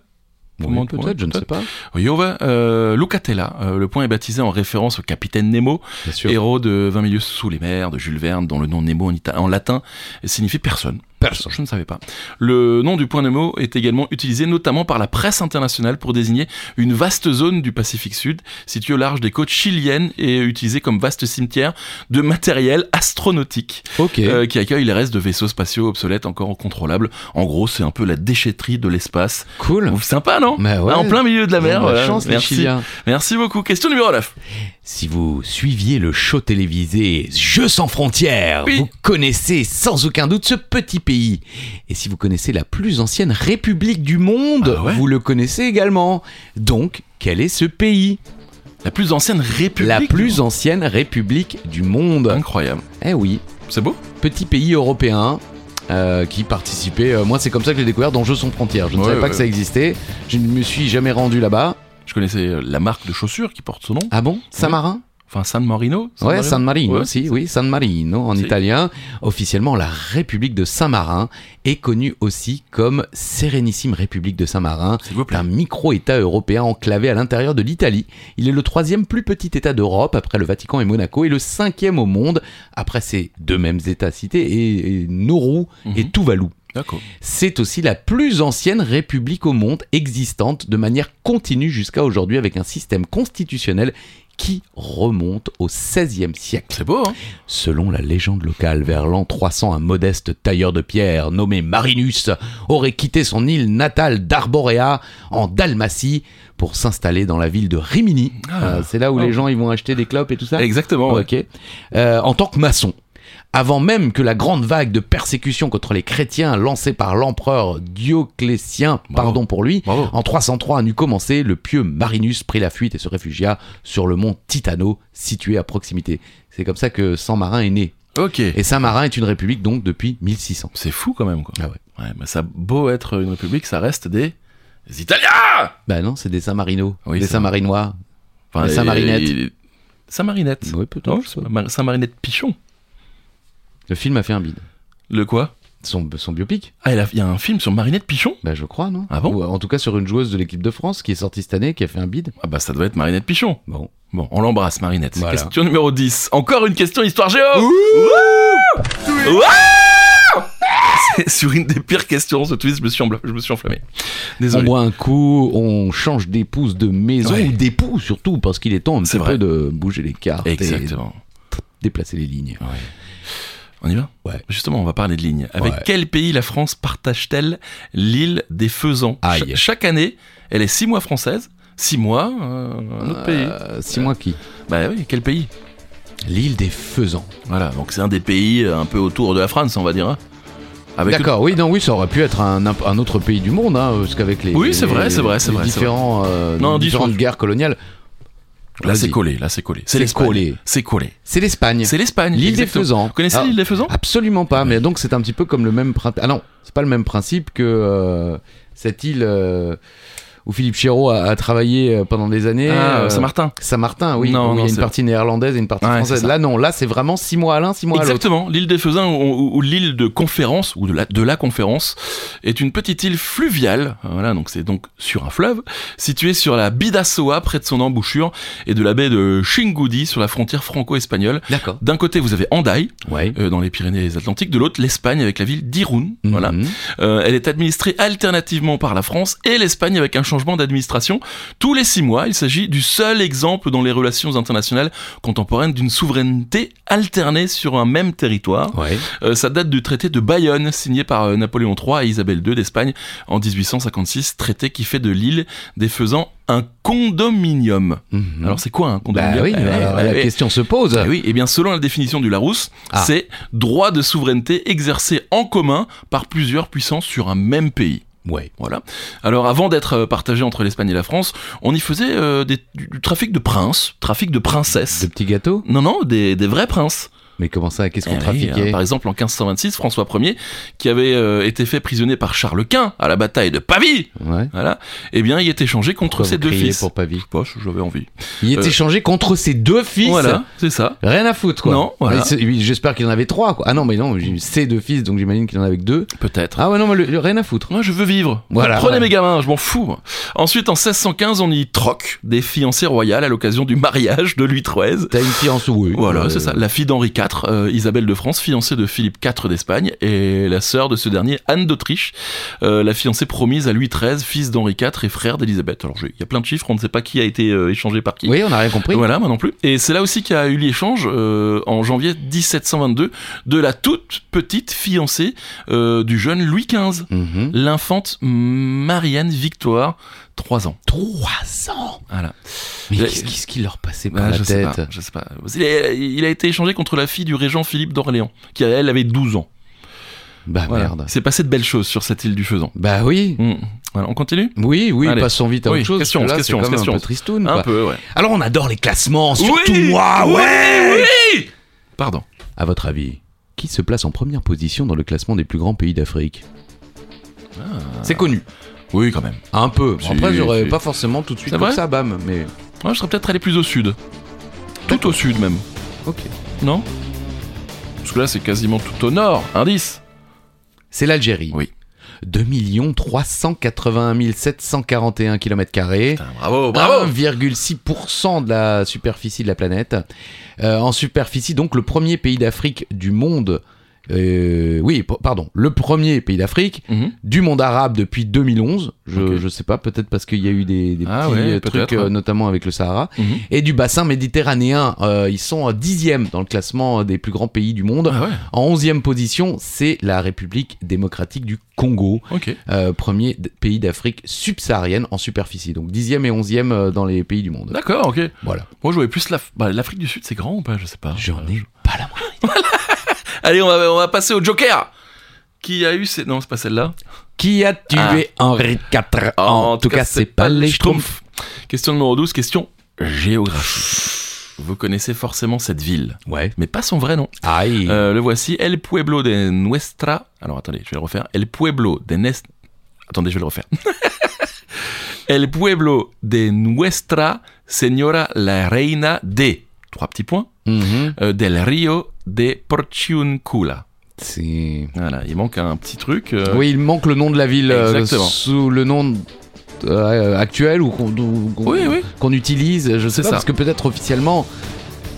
[SPEAKER 1] Comment
[SPEAKER 3] Oui,
[SPEAKER 1] on- ouais,
[SPEAKER 3] Peut-être, je ne sais pas.
[SPEAKER 1] Jove, euh, Lucatella. Euh, le point est baptisé en référence au capitaine Nemo,
[SPEAKER 3] Bien sûr.
[SPEAKER 1] Héros de 20 milieux sous les mers de Jules Verne, dont le nom Nemo en, ita- en latin signifie personne.
[SPEAKER 3] Personne.
[SPEAKER 1] Je ne savais pas. Le nom du point Nemo est également utilisé notamment par la presse internationale pour désigner une vaste zone du Pacifique Sud, située au large des côtes chiliennes et utilisée comme vaste cimetière de matériel astronautique,
[SPEAKER 3] Ok.
[SPEAKER 1] euh, qui accueille les restes de vaisseaux spatiaux obsolètes encore incontrôlables. En gros, c'est un peu la déchetterie de l'espace.
[SPEAKER 3] cool.
[SPEAKER 1] Sympa, non Ah,
[SPEAKER 3] Mais ouais.
[SPEAKER 1] En plein milieu de la mer.
[SPEAKER 3] Ils ont de
[SPEAKER 1] voilà.
[SPEAKER 3] chance, les
[SPEAKER 1] merci.
[SPEAKER 3] Chiliens.
[SPEAKER 1] merci beaucoup. Question numéro 9.
[SPEAKER 3] Si vous suiviez le show télévisé Jeux sans frontières,
[SPEAKER 1] Oui.
[SPEAKER 3] vous connaissez sans aucun doute ce petit pays. Et si vous connaissez la plus ancienne république du monde,
[SPEAKER 1] Ah ouais
[SPEAKER 3] vous le connaissez également. Donc, quel est ce pays
[SPEAKER 1] La plus ancienne république.
[SPEAKER 3] La
[SPEAKER 1] du
[SPEAKER 3] plus
[SPEAKER 1] monde.
[SPEAKER 3] ancienne république du monde.
[SPEAKER 1] Incroyable.
[SPEAKER 3] Eh oui,
[SPEAKER 1] C'est beau
[SPEAKER 3] petit pays européen. euh, qui participait, euh, moi c'est comme ça que j'ai découvert dans Jeux sans frontières. Je ne
[SPEAKER 1] Ouais,
[SPEAKER 3] savais pas
[SPEAKER 1] ouais.
[SPEAKER 3] que ça existait, je ne me suis jamais rendu là-bas.
[SPEAKER 1] Je connaissais euh, la marque de chaussures qui porte ce nom.
[SPEAKER 3] Ah bon Saint-Marin
[SPEAKER 1] Enfin, San Marino. San
[SPEAKER 3] Ouais,
[SPEAKER 1] Marino.
[SPEAKER 3] San Marino,
[SPEAKER 1] Ouais.
[SPEAKER 3] si, oui, San Marino en
[SPEAKER 1] Si.
[SPEAKER 3] italien. Officiellement, la République de Saint-Marin est connue aussi comme Sérénissime République de Saint-Marin.
[SPEAKER 1] S'il vous
[SPEAKER 3] C'est
[SPEAKER 1] plaît.
[SPEAKER 3] un micro-État européen enclavé à l'intérieur de l'Italie. Il est le troisième plus petit État d'Europe après le Vatican et Monaco et le cinquième au monde après ces deux mêmes États cités, et, et Nauru et
[SPEAKER 1] Mhm.
[SPEAKER 3] Tuvalu.
[SPEAKER 1] D'accord.
[SPEAKER 3] C'est aussi la plus ancienne république au monde existante de manière continue jusqu'à aujourd'hui avec un système constitutionnel qui remonte au XVIe siècle.
[SPEAKER 1] C'est beau, hein
[SPEAKER 3] Selon la légende locale, vers l'an 300, un modeste tailleur de pierre nommé Marinus aurait quitté son île natale d'Arborea en Dalmatie pour s'installer dans la ville de Rimini.
[SPEAKER 1] Ah.
[SPEAKER 3] Euh, C'est là où
[SPEAKER 1] Ah.
[SPEAKER 3] les gens ils vont acheter des clopes et tout ça.
[SPEAKER 1] Exactement. ouais.
[SPEAKER 3] Oh, Ok. Euh, en tant que maçon. Avant même que la grande vague de persécution contre les chrétiens lancée par l'empereur Dioclétien,
[SPEAKER 1] Bravo.
[SPEAKER 3] pardon pour lui,
[SPEAKER 1] Bravo.
[SPEAKER 3] en 303 en eut commencé, le pieux Marinus prit la fuite et se réfugia sur le mont Titano, situé à proximité. C'est comme ça que Saint-Marin est né.
[SPEAKER 1] Ok.
[SPEAKER 3] Et Saint-Marin est une république donc depuis 1600.
[SPEAKER 1] C'est fou quand même, quoi.
[SPEAKER 3] Ah ouais.
[SPEAKER 1] Ouais, mais ça a beau être une république, ça reste des. des Italiens
[SPEAKER 3] Bah non, c'est des Saint-Marino,
[SPEAKER 1] Oui,
[SPEAKER 3] des
[SPEAKER 1] c'est
[SPEAKER 3] Saint-Marinois. Des Saint-Marinettes.
[SPEAKER 1] et- Saint-Marinette.
[SPEAKER 3] Ouais, peut-être,
[SPEAKER 1] Non,
[SPEAKER 3] je sais pas.
[SPEAKER 1] Mar- Saint-Marinette Pichon.
[SPEAKER 3] Le film a fait un bide.
[SPEAKER 1] Le quoi
[SPEAKER 3] Son, son biopic
[SPEAKER 1] Ah, il a- il y a un film sur Marinette Pichon
[SPEAKER 3] Bah je crois, non
[SPEAKER 1] Ah bon
[SPEAKER 3] Ou en tout cas sur une joueuse de l'équipe de France qui est sortie cette année, qui a fait un bide.
[SPEAKER 1] Ah, bah ça doit être Marinette Pichon.
[SPEAKER 3] Bon.
[SPEAKER 1] Bon, on l'embrasse, Marinette.
[SPEAKER 3] Voilà.
[SPEAKER 1] Question numéro 10. Encore une question histoire géo Ouh C'est Sur une des pires questions, ce twist, je me suis, embla- je me suis enflammé.
[SPEAKER 3] On
[SPEAKER 1] Désolé.
[SPEAKER 3] boit un coup, on change d'épouse de maison
[SPEAKER 1] Ouais.
[SPEAKER 3] ou d'époux surtout parce qu'il est temps un
[SPEAKER 1] C'est
[SPEAKER 3] petit
[SPEAKER 1] vrai.
[SPEAKER 3] peu de bouger les
[SPEAKER 1] Ah,
[SPEAKER 3] cartes et
[SPEAKER 1] Exactement.
[SPEAKER 3] déplacer les lignes.
[SPEAKER 1] On y va
[SPEAKER 3] Ouais.
[SPEAKER 1] Justement, on va parler de lignes. Avec
[SPEAKER 3] Ouais.
[SPEAKER 1] quel pays la France partage-t-elle l'île des Faisans Cha-
[SPEAKER 3] Aïe.
[SPEAKER 1] Chaque année, elle est six mois française, Six mois, euh, un autre pays.
[SPEAKER 3] Euh, six mois qui
[SPEAKER 1] Bah oui, quel pays
[SPEAKER 3] L'île des faisans.
[SPEAKER 1] Voilà, donc c'est un des pays euh, un peu autour de la France, on va dire. hein. Avec le-
[SPEAKER 3] D'accord, oui, non, oui, ça aurait pu être un, imp- un autre pays du monde, hein, parce qu'avec les.
[SPEAKER 1] Oui, c'est
[SPEAKER 3] les-
[SPEAKER 1] vrai, c'est vrai, c'est
[SPEAKER 3] les
[SPEAKER 1] vrai, c'est
[SPEAKER 3] Différents, euh,
[SPEAKER 1] Non, dis-
[SPEAKER 3] différentes guerres coloniales.
[SPEAKER 1] Là, c'est
[SPEAKER 3] Vas-y.
[SPEAKER 1] collé, là, c'est collé.
[SPEAKER 3] C'est
[SPEAKER 1] l'Espagne.
[SPEAKER 3] collé.
[SPEAKER 1] C'est collé.
[SPEAKER 3] C'est l'Espagne.
[SPEAKER 1] C'est l'Espagne.
[SPEAKER 3] L'île des
[SPEAKER 1] exactement.
[SPEAKER 3] faisans.
[SPEAKER 1] Vous connaissez
[SPEAKER 3] Ah,
[SPEAKER 1] l'île des faisans
[SPEAKER 3] Absolument pas, mais donc c'est un petit peu comme le même principe. Ah non, c'est pas le même principe que euh, cette île euh, où Philippe Chéreau a, a travaillé euh, pendant des années.
[SPEAKER 1] Ah,
[SPEAKER 3] euh,
[SPEAKER 1] Saint-Martin.
[SPEAKER 3] Saint-Martin, oui.
[SPEAKER 1] Non,
[SPEAKER 3] où il y
[SPEAKER 1] non,
[SPEAKER 3] a une
[SPEAKER 1] c'est-
[SPEAKER 3] partie néerlandaise et une partie
[SPEAKER 1] Ouais, c'est
[SPEAKER 3] française.
[SPEAKER 1] ça.
[SPEAKER 3] Là, non, là, c'est vraiment six mois à l'un, six mois à l'autre.
[SPEAKER 1] Exactement, l'île des Faisans ou, ou- ou l'île de conférence ou de la, de la conférence est une petite île fluviale, Euh, voilà, donc c'est donc sur un fleuve, située sur la Bidassoa près de son embouchure et de la baie de Chingudi sur la frontière franco-espagnole.
[SPEAKER 3] D'accord.
[SPEAKER 1] D'un côté, vous avez Andaï,
[SPEAKER 3] Ouais.
[SPEAKER 1] euh, dans les Pyrénées-Atlantiques, de l'autre, l'Espagne avec la ville d'Irun. Voilà.
[SPEAKER 3] Mhm.
[SPEAKER 1] Euh, elle est administrée alternativement par la France et l'Espagne avec un changement d'administration tous les six mois. Il s'agit du seul exemple dans les relations internationales contemporaines d'une souveraineté alternée sur un même territoire.
[SPEAKER 3] Ouais.
[SPEAKER 1] Euh, ça date du traité de Bayonne signé par euh, Napoléon III et Isabelle II d'Espagne en 1856, traité qui fait de l'île des faisans un condominium.
[SPEAKER 3] Mhm.
[SPEAKER 1] Alors c'est quoi un
[SPEAKER 3] Bah
[SPEAKER 1] condominium
[SPEAKER 3] oui,
[SPEAKER 1] Eh,
[SPEAKER 3] alors,
[SPEAKER 1] eh,
[SPEAKER 3] la
[SPEAKER 1] eh,
[SPEAKER 3] question se pose.
[SPEAKER 1] eh oui, et bien selon la définition du Larousse,
[SPEAKER 3] Ah.
[SPEAKER 1] c'est droit de souveraineté exercé en commun par plusieurs puissances sur un même pays.
[SPEAKER 3] Ouais.
[SPEAKER 1] Voilà. Alors avant d'être euh, partagé entre l'Espagne et la France, on y faisait euh, des- du, du trafic de princes, trafic de princesses.
[SPEAKER 3] De petits gâteaux
[SPEAKER 1] Non, non, des, des vrais princes.
[SPEAKER 3] Mais comment ça Qu'est-ce qu'on
[SPEAKER 1] Eh oui, hein,
[SPEAKER 3] trafiquait
[SPEAKER 1] par exemple, en 1526, François Ier, qui avait euh, été fait prisonnier par Charles Quint à la bataille de Pavie,
[SPEAKER 3] Ouais.
[SPEAKER 1] voilà, eh bien, il est échangé contre
[SPEAKER 3] Pourquoi
[SPEAKER 1] ses
[SPEAKER 3] vous
[SPEAKER 1] deux
[SPEAKER 3] criez
[SPEAKER 1] fils.
[SPEAKER 3] pour Pavie
[SPEAKER 1] Je sais pas, j'avais envie.
[SPEAKER 3] Il est
[SPEAKER 1] Euh,
[SPEAKER 3] échangé contre ses deux fils.
[SPEAKER 1] Voilà, c'est ça.
[SPEAKER 3] Rien à foutre, quoi. Ah,
[SPEAKER 1] Non, voilà.
[SPEAKER 3] Mais c'est- oui, J'espère qu'il en avait trois, quoi. Ah non, mais non, j'ai eu ses deux fils, donc j'imagine qu'il en avait que deux.
[SPEAKER 1] Peut-être.
[SPEAKER 3] Ah ouais, non, mais le- le- rien à foutre.
[SPEAKER 1] Moi, je veux vivre.
[SPEAKER 3] Voilà,
[SPEAKER 1] Prenez
[SPEAKER 3] ouais.
[SPEAKER 1] mes gamins, je m'en fous. moi. Ensuite, en 1615, on y troque des fiancées royales à l'occasion du mariage de Louis XIII.
[SPEAKER 3] T'as une fille en sous, oui.
[SPEAKER 1] Voilà,
[SPEAKER 3] Euh,
[SPEAKER 1] c'est ça. La fille d'Henri IV, euh, Isabelle de France, fiancée de Philippe IV d'Espagne, et la sœur de ce dernier, Anne d'Autriche, euh, la fiancée promise à Louis XIII, fils d'Henri IV et frère d'Élisabeth. Alors, je- il y a plein de chiffres, on ne sait pas qui a été euh, échangé par qui.
[SPEAKER 3] Oui, on a rien compris.
[SPEAKER 1] Voilà, moi non plus. Et c'est là aussi qu'il y a eu l'échange euh, en janvier 1722 de la toute petite fiancée euh, du jeune Louis XV,
[SPEAKER 3] Mhm.
[SPEAKER 1] l'infante Marianne Victoire, 3 ans.
[SPEAKER 3] Trois ans
[SPEAKER 1] Voilà.
[SPEAKER 3] Mais
[SPEAKER 1] Je-
[SPEAKER 3] qu'est-ce qu'est-ce qui leur passait par
[SPEAKER 1] Bah,
[SPEAKER 3] la
[SPEAKER 1] je, sais pas,
[SPEAKER 3] tête
[SPEAKER 1] je sais pas. Il a, il a été échangé contre la fille du régent Philippe d'Orléans, qui elle avait 12 ans.
[SPEAKER 3] Bah
[SPEAKER 1] Voilà.
[SPEAKER 3] merde.
[SPEAKER 1] C'est passé de belles choses sur cette île du Faisan.
[SPEAKER 3] Bah oui.
[SPEAKER 1] Hmm. Voilà, on continue
[SPEAKER 3] Oui, oui,
[SPEAKER 1] Allez.
[SPEAKER 3] passons vite à
[SPEAKER 1] Oui,
[SPEAKER 3] autre chose.
[SPEAKER 1] question,
[SPEAKER 3] parce que là,
[SPEAKER 1] question,
[SPEAKER 3] c'est quand même
[SPEAKER 1] question.
[SPEAKER 3] un peu tristoun.
[SPEAKER 1] Un
[SPEAKER 3] quoi.
[SPEAKER 1] peu, ouais.
[SPEAKER 3] Alors on adore les classements, surtout
[SPEAKER 1] Oui,
[SPEAKER 3] moi,
[SPEAKER 1] oui,
[SPEAKER 3] ouais.
[SPEAKER 1] oui Pardon.
[SPEAKER 3] À votre avis, qui se place en première position dans le classement des plus grands pays d'Afrique C'est connu.
[SPEAKER 1] Oui, quand même.
[SPEAKER 3] Un peu.
[SPEAKER 1] Ah. Si,
[SPEAKER 3] Après, j'aurais
[SPEAKER 1] si.
[SPEAKER 3] pas forcément tout de suite
[SPEAKER 1] C'est
[SPEAKER 3] comme
[SPEAKER 1] vrai
[SPEAKER 3] ça, bam. Mais
[SPEAKER 1] Moi, je serais peut-être allé plus au sud. Tout au sud, même.
[SPEAKER 3] ok.
[SPEAKER 1] Non Parce que là, c'est quasiment tout au nord. Indice
[SPEAKER 3] C'est l'Algérie.
[SPEAKER 1] Oui.
[SPEAKER 3] 2 381 741 km.
[SPEAKER 1] Ah, Oh, Bravo,
[SPEAKER 3] 1,6% de la superficie de la planète. Euh, en superficie, donc le premier pays d'Afrique du monde. euh, oui, p- pardon, le premier pays d'Afrique
[SPEAKER 1] Mhm.
[SPEAKER 3] du monde arabe depuis 2011. Je,
[SPEAKER 1] Ok.
[SPEAKER 3] je sais pas, peut-être parce qu'il y a eu des, des
[SPEAKER 1] Ah
[SPEAKER 3] petits
[SPEAKER 1] ouais,
[SPEAKER 3] euh, trucs,
[SPEAKER 1] peut-être,
[SPEAKER 3] euh,
[SPEAKER 1] ouais.
[SPEAKER 3] notamment avec le Sahara.
[SPEAKER 1] Mhm.
[SPEAKER 3] Et du bassin méditerranéen, euh, ils sont euh, dixième dans le classement euh, des plus grands pays du monde.
[SPEAKER 1] Ah ouais,
[SPEAKER 3] En onzième position, c'est la République démocratique du Congo,
[SPEAKER 1] ok.
[SPEAKER 3] euh, premier d- pays d'Afrique subsaharienne en superficie. Donc dixième et onzième euh, dans les pays du monde.
[SPEAKER 1] D'accord, ok.
[SPEAKER 3] Voilà.
[SPEAKER 1] Moi, je voyais plus l'Af- bah, l'Afrique du Sud, c'est grand ou pas Je sais pas.
[SPEAKER 3] J'en
[SPEAKER 1] Euh,
[SPEAKER 3] ai pas la moindre.
[SPEAKER 1] Allez, on va, on va passer au Joker Qui a eu ces... Non, c'est pas celle-là.
[SPEAKER 3] Qui a tué
[SPEAKER 1] Ah.
[SPEAKER 3] Henri IV En, tout cas, c'est pas les Schtroumpfs.
[SPEAKER 1] Schtroumpfs. Question numéro 12, question géographique. Vous connaissez forcément cette ville,
[SPEAKER 3] Ouais.
[SPEAKER 1] mais pas son vrai nom.
[SPEAKER 3] Aïe.
[SPEAKER 1] Euh, le voici, El Pueblo de Nuestra... Alors attendez, je vais le refaire. El Pueblo de Nuestra... Attendez, je vais le refaire. El Pueblo de Nuestra Señora la Reina de... Trois petits points.
[SPEAKER 3] Mhm.
[SPEAKER 1] Euh, del Rio de Porciuncula.
[SPEAKER 3] C'est.
[SPEAKER 1] Voilà, il manque un petit truc. euh,
[SPEAKER 3] Oui, il manque le nom de la ville euh,
[SPEAKER 1] Exactement.
[SPEAKER 3] sous le nom euh, actuel ou qu'on ou qu'on-
[SPEAKER 1] Oui, oui.
[SPEAKER 3] qu'on utilise. Je sais
[SPEAKER 1] C'est
[SPEAKER 3] pas
[SPEAKER 1] ça.
[SPEAKER 3] parce que peut-être officiellement.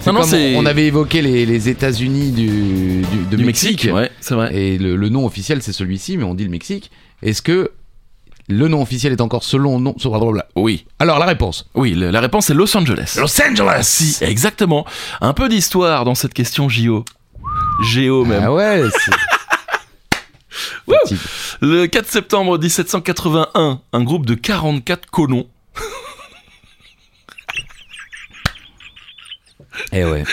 [SPEAKER 3] c'est
[SPEAKER 1] Non, non,
[SPEAKER 3] comme
[SPEAKER 1] c'est-
[SPEAKER 3] on avait évoqué les, les États-Unis du, du- de
[SPEAKER 1] Du Mexique, ouais, c'est vrai.
[SPEAKER 3] Et le, le nom officiel c'est celui-ci, mais on dit le Mexique. Est-ce que le nom officiel est encore selon nom
[SPEAKER 1] Oui,
[SPEAKER 3] Alors la réponse.
[SPEAKER 1] oui, le- la réponse est Los Angeles.
[SPEAKER 3] Los Angeles.
[SPEAKER 1] Si, exactement. Un peu d'histoire dans cette question JO. Géo même.
[SPEAKER 3] Ah ouais. c'est-
[SPEAKER 1] Wouh.
[SPEAKER 3] Petit-
[SPEAKER 1] Le 4 septembre 1781, un groupe de 44 colons
[SPEAKER 3] Eh ouais.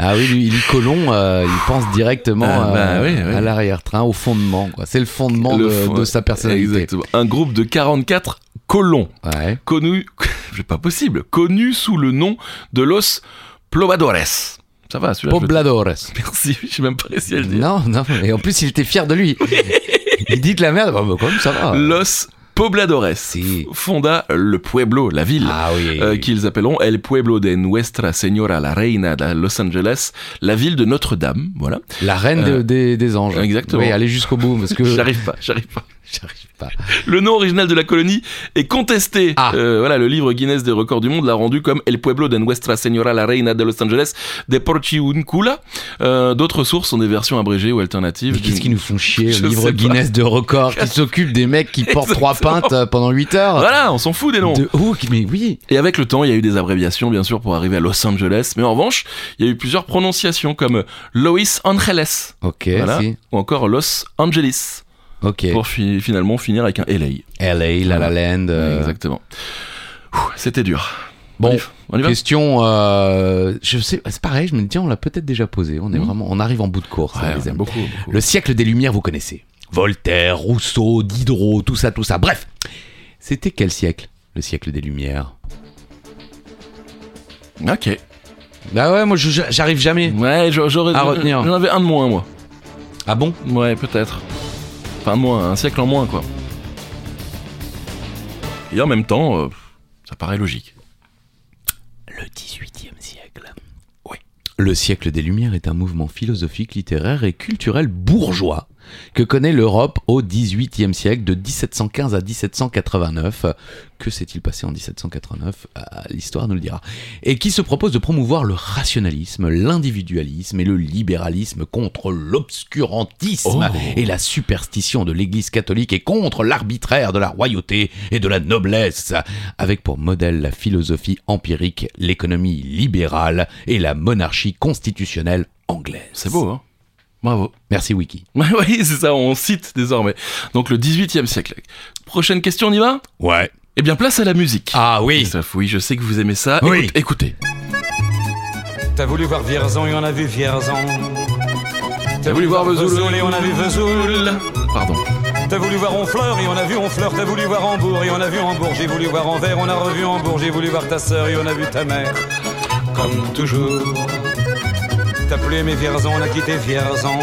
[SPEAKER 3] Ah oui, lui, il est colon, euh, il pense directement
[SPEAKER 1] Ah, bah,
[SPEAKER 3] euh,
[SPEAKER 1] oui, oui.
[SPEAKER 3] à l'arrière-train, au fondement. quoi. C'est le fondement
[SPEAKER 1] Le
[SPEAKER 3] de,
[SPEAKER 1] fond-
[SPEAKER 3] de sa personnalité.
[SPEAKER 1] Exactement. Un groupe de 44 colons,
[SPEAKER 3] Ouais.
[SPEAKER 1] connu, c'est pas possible, connu sous le nom de Los Plobadores. Ça va, celui-là. je le-
[SPEAKER 3] Pobladores.
[SPEAKER 1] Merci, je sais même pas réussi à le dire.
[SPEAKER 3] Non, non, et en plus il était fier de lui. il dit de la merde, bah, bah, quand même ça va.
[SPEAKER 1] Los Pobladores
[SPEAKER 3] Si.
[SPEAKER 1] fonda le pueblo, la ville.
[SPEAKER 3] Ah oui.
[SPEAKER 1] euh, qu'ils appelleront El Pueblo de Nuestra Señora la Reina de Los Angeles, la ville de Notre-Dame, voilà.
[SPEAKER 3] La reine de-
[SPEAKER 1] euh,
[SPEAKER 3] des, des anges.
[SPEAKER 1] exactement.
[SPEAKER 3] Oui, allez jusqu'au bout parce que
[SPEAKER 1] J'arrive pas, j'arrive pas.
[SPEAKER 3] j'arrive pas.
[SPEAKER 1] Le nom original de la colonie est contesté.
[SPEAKER 3] Ah.
[SPEAKER 1] Euh, voilà, le livre Guinness des records du monde l'a rendu comme El Pueblo de Nuestra Señora la Reina de Los Angeles de Porchiuncula. Euh, D'autres sources sont des versions abrégées ou alternatives.
[SPEAKER 3] Mais qu'est-ce
[SPEAKER 1] d'une-
[SPEAKER 3] qu'ils nous font chier,
[SPEAKER 1] Je
[SPEAKER 3] le livre
[SPEAKER 1] sais pas.
[SPEAKER 3] Guinness de record qui s'occupe des mecs qui portent trois pintes euh, pendant 8 heures
[SPEAKER 1] Voilà, on s'en fout des noms.
[SPEAKER 3] De où Mais oui.
[SPEAKER 1] Et avec le temps, il y a eu des abréviations, bien sûr, pour arriver à Los Angeles. Mais en revanche, il y a eu plusieurs prononciations comme Lois Angeles
[SPEAKER 3] Ok,
[SPEAKER 1] Voilà.
[SPEAKER 3] si.
[SPEAKER 1] ou encore Los Angeles
[SPEAKER 3] Ok.
[SPEAKER 1] pour fi- finalement finir avec un LA.
[SPEAKER 3] LA, La La Land. euh,
[SPEAKER 1] Exactement. Ouh, C'était dur.
[SPEAKER 3] Bon,
[SPEAKER 1] On y- on y va
[SPEAKER 3] question. euh, je sais, c'est pareil. Je me dis, on l'a peut-être déjà posé. On est
[SPEAKER 1] Mhm.
[SPEAKER 3] vraiment, on arrive en bout de course. hein,
[SPEAKER 1] Ouais,
[SPEAKER 3] les amis.
[SPEAKER 1] beaucoup, beaucoup.
[SPEAKER 3] Le siècle des Lumières, vous connaissez. Voltaire, Rousseau, Diderot, tout ça, tout ça. Bref, c'était quel siècle Le siècle des Lumières.
[SPEAKER 1] Ok.
[SPEAKER 3] Bah ouais, moi je- j'arrive jamais.
[SPEAKER 1] Ouais, j'a- j'aurais.
[SPEAKER 3] À retenir.
[SPEAKER 1] J'en avais un de moins, moi.
[SPEAKER 3] Ah bon
[SPEAKER 1] Ouais, peut-être. Enfin, de moins, un siècle en moins, quoi. Et en même temps, euh, ça paraît logique.
[SPEAKER 3] Le 18e siècle. Oui. Le siècle des Lumières est un mouvement philosophique, littéraire et culturel bourgeois que connaît l'Europe au 18e siècle de 1715 à 1789. Que s'est-il passé en 1789 Ah, L'histoire nous le dira. Et qui se propose de promouvoir le rationalisme, l'individualisme et le libéralisme contre l'obscurantisme
[SPEAKER 1] Oh.
[SPEAKER 3] et la superstition de l'Église catholique et contre l'arbitraire de la royauté et de la noblesse, avec pour modèle la philosophie empirique, l'économie libérale et la monarchie constitutionnelle anglaise.
[SPEAKER 1] C'est beau, hein Bravo.
[SPEAKER 3] Merci Wiki.
[SPEAKER 1] Ouais, Bah oui, c'est ça, on cite désormais. Donc le 18e siècle. Prochaine question, on y va
[SPEAKER 3] Ouais.
[SPEAKER 1] Eh bien, place à la musique.
[SPEAKER 3] Ah oui.
[SPEAKER 1] Christophe, oui, je sais que vous aimez ça.
[SPEAKER 3] Oui.
[SPEAKER 1] Écoute- écoutez.
[SPEAKER 5] T'as voulu voir Vierzon et on a vu Vierzon.
[SPEAKER 1] T'as voulu voir Vesoul
[SPEAKER 5] Vesoul et on a vu Vesoul.
[SPEAKER 1] Pardon.
[SPEAKER 5] T'as voulu voir Honfleur et on a vu Honfleur. T'as voulu voir Hambourg et on a vu Hambourg. J'ai voulu voir Anvers, on a revu Hambourg. J'ai voulu voir ta sœur et on a vu ta mère. Comme toujours. T'as plus aimé Vierzon, on a quitté Vierzon.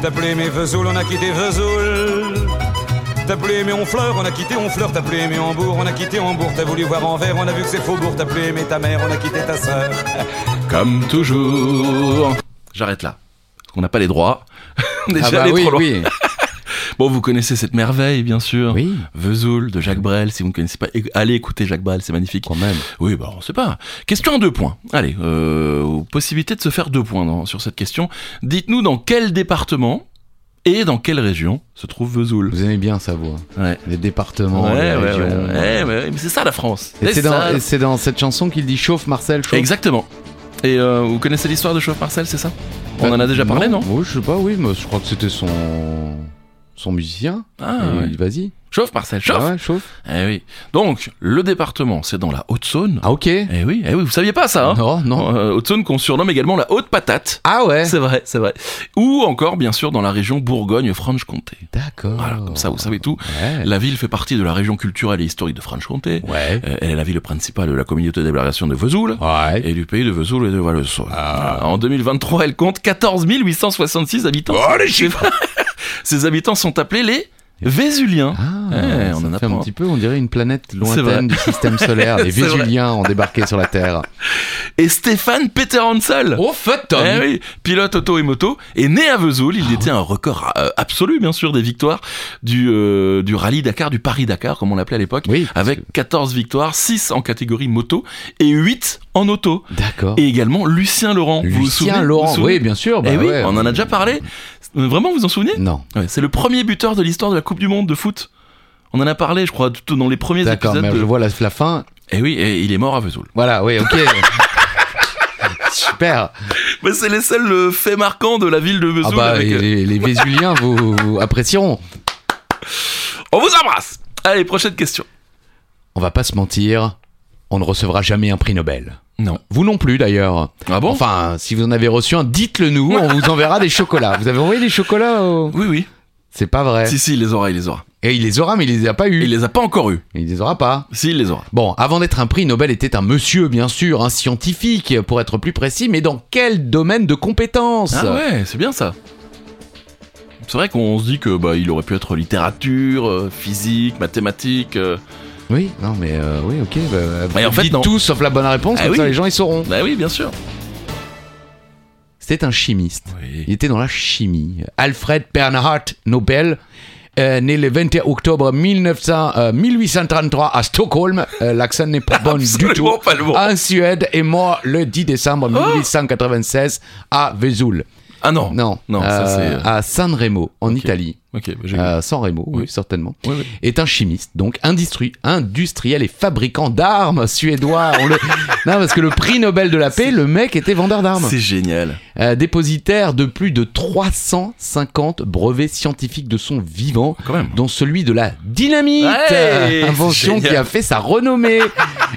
[SPEAKER 5] T'as plus aimé Vesoul, on a quitté Vesoul. T'as plus aimé Honfleur, on a quitté Honfleur. T'as plus aimé Hambourg, on a quitté Hambourg. T'as voulu voir Anvers, on a vu que c'est Faubourg. T'as plus aimé ta mère, on a quitté ta sœur.
[SPEAKER 1] Comme toujours. J'arrête là. On n'a pas les droits. on est déjà
[SPEAKER 3] Ah bah
[SPEAKER 1] allé
[SPEAKER 3] oui,
[SPEAKER 1] trop loin.
[SPEAKER 3] oui.
[SPEAKER 1] Bon, vous connaissez cette merveille, bien sûr.
[SPEAKER 3] Oui,
[SPEAKER 1] Vesoul de Jacques Brel. Si vous ne connaissez pas, éc- allez écouter Jacques Brel, c'est magnifique.
[SPEAKER 3] quand même.
[SPEAKER 1] Oui, bah on sait pas. Question à deux points. Allez, euh, possibilité de se faire deux points dans- sur cette question. Dites-nous dans quel département et dans quelle région se trouve Vesoul.
[SPEAKER 3] Vous aimez bien sa voix. hein.
[SPEAKER 1] Ouais.
[SPEAKER 3] Les départements, les
[SPEAKER 1] ouais, ouais,
[SPEAKER 3] régions. euh,
[SPEAKER 1] ouais, ouais, ouais, mais c'est ça la France.
[SPEAKER 3] Et c'est dans,
[SPEAKER 1] ça.
[SPEAKER 3] et c'est dans cette chanson qu'il dit chauffe Marcel, chauffe.
[SPEAKER 1] Exactement. Et euh, vous connaissez l'histoire de Chauffe Marcel, c'est ça On en a
[SPEAKER 3] Euh,
[SPEAKER 1] déjà parlé, non,
[SPEAKER 3] Oui, je sais pas, oui, mais je crois que c'était son son musicien.
[SPEAKER 1] Ah,
[SPEAKER 3] Et
[SPEAKER 1] ouais.
[SPEAKER 3] il- Vas-y.
[SPEAKER 1] Chauffe Marcel, chauffe
[SPEAKER 3] Ah ouais, chauffe.
[SPEAKER 1] Eh oui. Donc, le département, c'est dans la Haute-Saône.
[SPEAKER 3] Ah ok.
[SPEAKER 1] Eh oui, eh oui, vous saviez pas ça, hein
[SPEAKER 3] non, non.
[SPEAKER 1] Euh, Haute-Saône qu'on surnomme également la Haute-Patate.
[SPEAKER 3] Ah ouais.
[SPEAKER 1] C'est vrai, c'est vrai. Ou encore, bien sûr, dans la région Bourgogne-Franche-Comté.
[SPEAKER 3] D'accord.
[SPEAKER 1] Voilà, comme ça, vous savez tout.
[SPEAKER 3] Ouais.
[SPEAKER 1] La ville fait partie de la région culturelle et historique de Franche-Comté.
[SPEAKER 3] Ouais.
[SPEAKER 1] Euh, Elle est la ville principale de la communauté d'agglomération de Vesoul.
[SPEAKER 3] Ouais.
[SPEAKER 1] Et du pays de Vesoul et de Valais-Saône.
[SPEAKER 3] Ah.
[SPEAKER 1] En 2023, elle compte 14 866 habitants.
[SPEAKER 2] Oh, les chiffres
[SPEAKER 1] Ses habitants sont appelés les Vésuliens.
[SPEAKER 3] Ah,
[SPEAKER 1] Ouais, Eh, on
[SPEAKER 3] ça
[SPEAKER 1] en
[SPEAKER 3] fait
[SPEAKER 1] apprend.
[SPEAKER 3] un petit peu, on dirait une planète
[SPEAKER 1] vrai.
[SPEAKER 3] lointaine du système solaire. Les
[SPEAKER 1] C'est vrai.
[SPEAKER 3] Vésuliens ont débarqué sur la Terre.
[SPEAKER 1] Et Stéphane Peter Hansel
[SPEAKER 3] Oh, fuck,
[SPEAKER 1] Eh oui, pilote auto et moto, est né à Vesoul.
[SPEAKER 3] Ah
[SPEAKER 1] Il détient un record euh, absolu, bien sûr, des victoires du, euh, du rallye Dakar, du Paris-Dakar, comme on l'appelait à l'époque,
[SPEAKER 3] Oui. parce
[SPEAKER 1] avec 14 victoires, 6 en catégorie moto et 8 en auto.
[SPEAKER 3] que- D'accord.
[SPEAKER 1] Et également Lucien Laurent. vous vous souvenez
[SPEAKER 3] Oh. Lucien
[SPEAKER 1] Vous vous
[SPEAKER 3] Laurent.
[SPEAKER 1] souvenez
[SPEAKER 3] Oui, bien sûr. bah
[SPEAKER 1] Eh oui,
[SPEAKER 3] ouais.
[SPEAKER 1] on en a déjà parlé. Vraiment, vous vous en souvenez
[SPEAKER 3] Non.
[SPEAKER 1] Ouais, C'est le premier buteur de l'histoire de la Coupe du Monde de foot. On en a parlé, je crois, tout dans les premiers
[SPEAKER 3] D'accord,
[SPEAKER 1] épisodes.
[SPEAKER 3] mais
[SPEAKER 1] de-
[SPEAKER 3] je vois la, la fin.
[SPEAKER 1] Eh oui, et il est mort à Vesoul.
[SPEAKER 3] Voilà, oui, ok. Super.
[SPEAKER 1] Mais c'est les seuls euh, faits marquants de la ville de
[SPEAKER 3] Ah
[SPEAKER 1] Vesoul.
[SPEAKER 3] bah,
[SPEAKER 1] avec, euh,
[SPEAKER 3] les, les Vésuliens vous, vous apprécieront.
[SPEAKER 1] On vous embrasse Allez, prochaine question.
[SPEAKER 3] On va pas se mentir, on ne recevra jamais un prix Nobel.
[SPEAKER 1] Non.
[SPEAKER 3] Vous non plus d'ailleurs.
[SPEAKER 1] Ah bon
[SPEAKER 3] Enfin, si vous en avez reçu un, dites-le nous, on vous enverra des chocolats. Vous avez envoyé des chocolats au-
[SPEAKER 1] Oui, oui.
[SPEAKER 3] C'est pas vrai.
[SPEAKER 1] Si, si, il les aura, il les aura.
[SPEAKER 3] Et il les aura, mais il les a pas eus.
[SPEAKER 1] Il les a pas encore eu.
[SPEAKER 3] Il les aura pas.
[SPEAKER 1] Si, il les aura.
[SPEAKER 3] Bon, avant d'être un prix Nobel, était un monsieur, bien sûr, un scientifique, pour être plus précis, mais dans quel domaine de compétences
[SPEAKER 1] Ah ouais, c'est bien ça. C'est vrai qu'on se dit que bah il aurait pu être littérature, euh, physique, mathématiques. euh.
[SPEAKER 3] Oui, non, mais euh, oui, ok. Bah,
[SPEAKER 1] Mais en fait,
[SPEAKER 3] dites
[SPEAKER 1] non.
[SPEAKER 3] tout sauf la bonne réponse,
[SPEAKER 1] Ah
[SPEAKER 3] comme
[SPEAKER 1] oui.
[SPEAKER 3] ça les gens ils sauront.
[SPEAKER 1] Bah oui, bien sûr.
[SPEAKER 3] C'était un chimiste. Il
[SPEAKER 1] Oui.
[SPEAKER 3] était dans la chimie. Alfred Bernhard Nobel, euh, né le 21 octobre 1900, euh, 1833 à Stockholm, euh, l'accent n'est pas bon du tout, Ah,
[SPEAKER 1] Absolument pas le bon. Oh
[SPEAKER 3] en Suède, et mort le 10 décembre 1896 à Vesoul.
[SPEAKER 1] Ah non.
[SPEAKER 3] Non,
[SPEAKER 1] Non,
[SPEAKER 3] euh,
[SPEAKER 1] ça c'est.
[SPEAKER 3] à Sanremo, en Italie.
[SPEAKER 1] Ok, bah, j'ai-
[SPEAKER 3] Euh, San Remo, oui,
[SPEAKER 1] Oui.
[SPEAKER 3] certainement.
[SPEAKER 1] Ouais, ouais.
[SPEAKER 3] Est un chimiste, donc industrie, industriel et fabricant d'armes suédois. On le- non, parce que le prix Nobel de la paix, le mec était vendeur d'armes.
[SPEAKER 1] C'est génial.
[SPEAKER 3] Euh, dépositaire de plus de 350 brevets scientifiques de son vivant,
[SPEAKER 1] Quand même.
[SPEAKER 3] dont celui de la dynamite,
[SPEAKER 1] Ouais,
[SPEAKER 3] euh, invention
[SPEAKER 1] génial.
[SPEAKER 3] qui a fait sa renommée.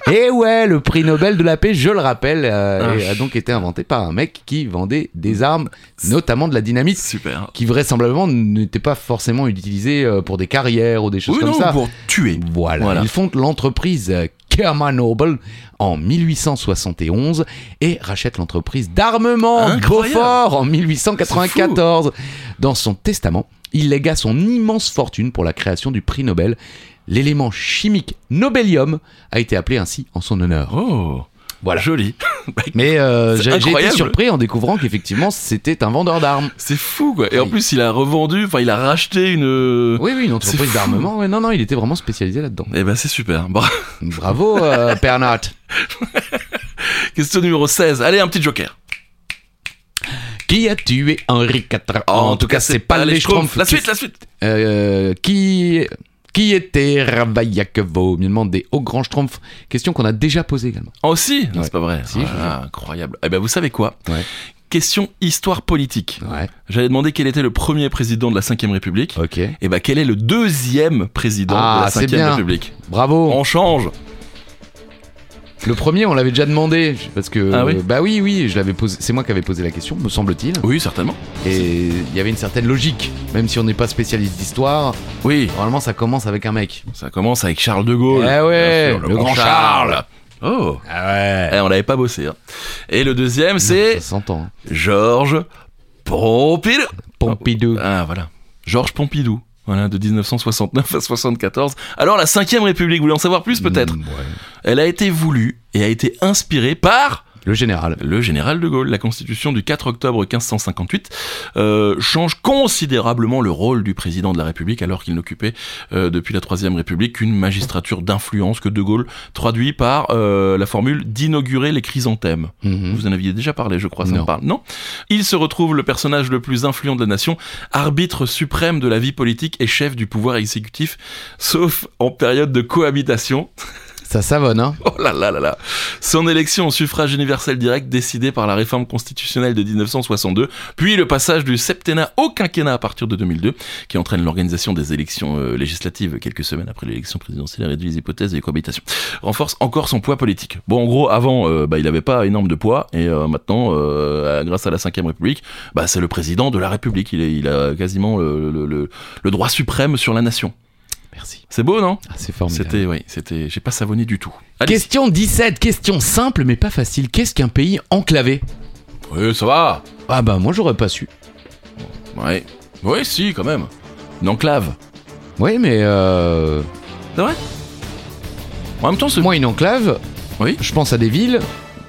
[SPEAKER 3] et ouais, le prix Nobel de la paix, je le rappelle, euh,
[SPEAKER 1] Ah.
[SPEAKER 3] et a donc été inventé par un mec qui vendait des armes, notamment de la dynamite
[SPEAKER 1] Super.
[SPEAKER 3] qui vraisemblablement n'était pas forcément utilisé euh, pour des carrières ou des choses
[SPEAKER 1] Oui,
[SPEAKER 3] comme
[SPEAKER 1] non,
[SPEAKER 3] ça.
[SPEAKER 1] pour tuer.
[SPEAKER 3] Voilà.
[SPEAKER 1] Voilà.
[SPEAKER 3] Ils fondent l'entreprise euh, Kerma Noble en 1871 et rachètent l'entreprise d'armement
[SPEAKER 1] Incroyable.
[SPEAKER 3] Beaufort en 1894. Dans son testament, il légua son immense fortune pour la création du prix Nobel. L'élément chimique nobelium a été appelé ainsi en son honneur.
[SPEAKER 1] Oh.
[SPEAKER 3] Voilà.
[SPEAKER 1] Joli.
[SPEAKER 3] Mais euh,
[SPEAKER 1] C'est
[SPEAKER 3] j'ai j'ai été
[SPEAKER 1] incroyable.
[SPEAKER 3] surpris en découvrant qu'effectivement c'était un vendeur d'armes.
[SPEAKER 1] C'est fou quoi. Et en
[SPEAKER 3] Oui.
[SPEAKER 1] plus, il a revendu. Enfin, il a racheté une.
[SPEAKER 3] Oui, oui, une
[SPEAKER 1] Euh, C'est
[SPEAKER 3] entreprise
[SPEAKER 1] fou.
[SPEAKER 3] d'armement. Ouais, non, non, il était vraiment spécialisé là-dedans.
[SPEAKER 1] Eh ben, c'est super. Bon.
[SPEAKER 3] Bravo, euh, Bernard.
[SPEAKER 1] Question numéro 16. Allez, un petit joker.
[SPEAKER 3] Qui a tué Henri IV
[SPEAKER 1] Oh,
[SPEAKER 3] En tout cas, c'est pas
[SPEAKER 1] Allez,
[SPEAKER 3] les
[SPEAKER 1] je trouve.
[SPEAKER 3] Schtroumpfs.
[SPEAKER 1] La suite, la suite.
[SPEAKER 3] Euh, qui... qui était Ravaillakovo Mieux demandé au grand Schtroumpf. Question qu'on a déjà posée également.
[SPEAKER 1] Ah, aussi Non,
[SPEAKER 3] Ouais.
[SPEAKER 1] c'est pas vrai.
[SPEAKER 3] Si, je
[SPEAKER 1] Ah,
[SPEAKER 3] jure.
[SPEAKER 1] incroyable. Eh ben, vous savez quoi
[SPEAKER 3] Ouais.
[SPEAKER 1] Question histoire politique.
[SPEAKER 3] Ouais,
[SPEAKER 1] J'allais demander quel était le premier président de la Ve République.
[SPEAKER 3] ok.
[SPEAKER 1] Et bah, quel est le deuxième président
[SPEAKER 3] Ah, c'est
[SPEAKER 1] de la Ve
[SPEAKER 3] bien.
[SPEAKER 1] République
[SPEAKER 3] Bravo.
[SPEAKER 1] On change
[SPEAKER 3] Le premier, on l'avait déjà demandé. Parce que.
[SPEAKER 1] Ah oui
[SPEAKER 3] euh, bah oui, oui, je l'avais posé. C'est moi qui avais posé la question, me semble-t-il.
[SPEAKER 1] Oui, certainement.
[SPEAKER 3] Et il y avait une certaine logique. Même si on n'est pas spécialiste d'histoire,
[SPEAKER 1] Oui,
[SPEAKER 3] normalement, ça commence avec un mec.
[SPEAKER 1] ça commence avec Charles de Gaulle.
[SPEAKER 3] Eh ouais,
[SPEAKER 1] Bien sûr, le,
[SPEAKER 3] le
[SPEAKER 1] grand
[SPEAKER 3] grand
[SPEAKER 1] Charles. Oh
[SPEAKER 3] Ah ouais.
[SPEAKER 1] Eh, On l'avait pas bossé. hein. Et le deuxième, c'est
[SPEAKER 3] Ça s'entend. hein.
[SPEAKER 1] Georges Pompidou.
[SPEAKER 3] Pompidou.
[SPEAKER 1] Ah, voilà. Georges Pompidou. Voilà, de 1969 à 74. Alors, la 5ème République, vous voulez en savoir plus peut-être
[SPEAKER 3] Mm, ouais.
[SPEAKER 1] Elle a été voulue et a été inspirée par
[SPEAKER 3] Le général.
[SPEAKER 1] le général de Gaulle. La constitution du 4 octobre 1558 euh, change considérablement le rôle du président de la République alors qu'il n'occupait euh, depuis la Troisième République une magistrature d'influence que de Gaulle traduit par euh, la formule d'inaugurer les chrysanthèmes.
[SPEAKER 3] Mhm.
[SPEAKER 1] Vous en aviez déjà parlé, je crois, ça
[SPEAKER 3] Non.
[SPEAKER 1] me parle. Non Il se retrouve le personnage le plus influent de la nation, arbitre suprême de la vie politique et chef du pouvoir exécutif, sauf en période de cohabitation.
[SPEAKER 3] Ça savonne, hein
[SPEAKER 1] Oh là là là là Son élection au suffrage universel direct décidée par la réforme constitutionnelle de 1962, puis le passage du septennat au quinquennat à partir de 2002, qui entraîne l'organisation des élections euh, législatives quelques semaines après l'élection présidentielle, réduit les hypothèses et les cohabitations, renforce encore son poids politique. Bon, en gros, avant, euh, bah, il n'avait pas énorme de poids, et euh, maintenant, euh, grâce à la Ve République, bah, c'est le président de la République. Il, est- il a quasiment le- le- le- le droit suprême sur la nation.
[SPEAKER 3] Merci.
[SPEAKER 1] C'est beau, non
[SPEAKER 3] Ah, c'est formidable.
[SPEAKER 1] C'était, oui, c'était, j'ai pas savonné du tout. Allez,
[SPEAKER 3] Question 17, question simple mais pas facile. Qu'est-ce qu'un pays enclavé
[SPEAKER 1] Oui, ça va.
[SPEAKER 3] Ah bah moi j'aurais pas su.
[SPEAKER 1] Ouais. Ouais, si, quand même. Une enclave.
[SPEAKER 3] Oui mais euh...
[SPEAKER 1] C'est vrai En même temps, c'est.
[SPEAKER 3] moi une enclave,
[SPEAKER 1] Oui.
[SPEAKER 3] je pense à des villes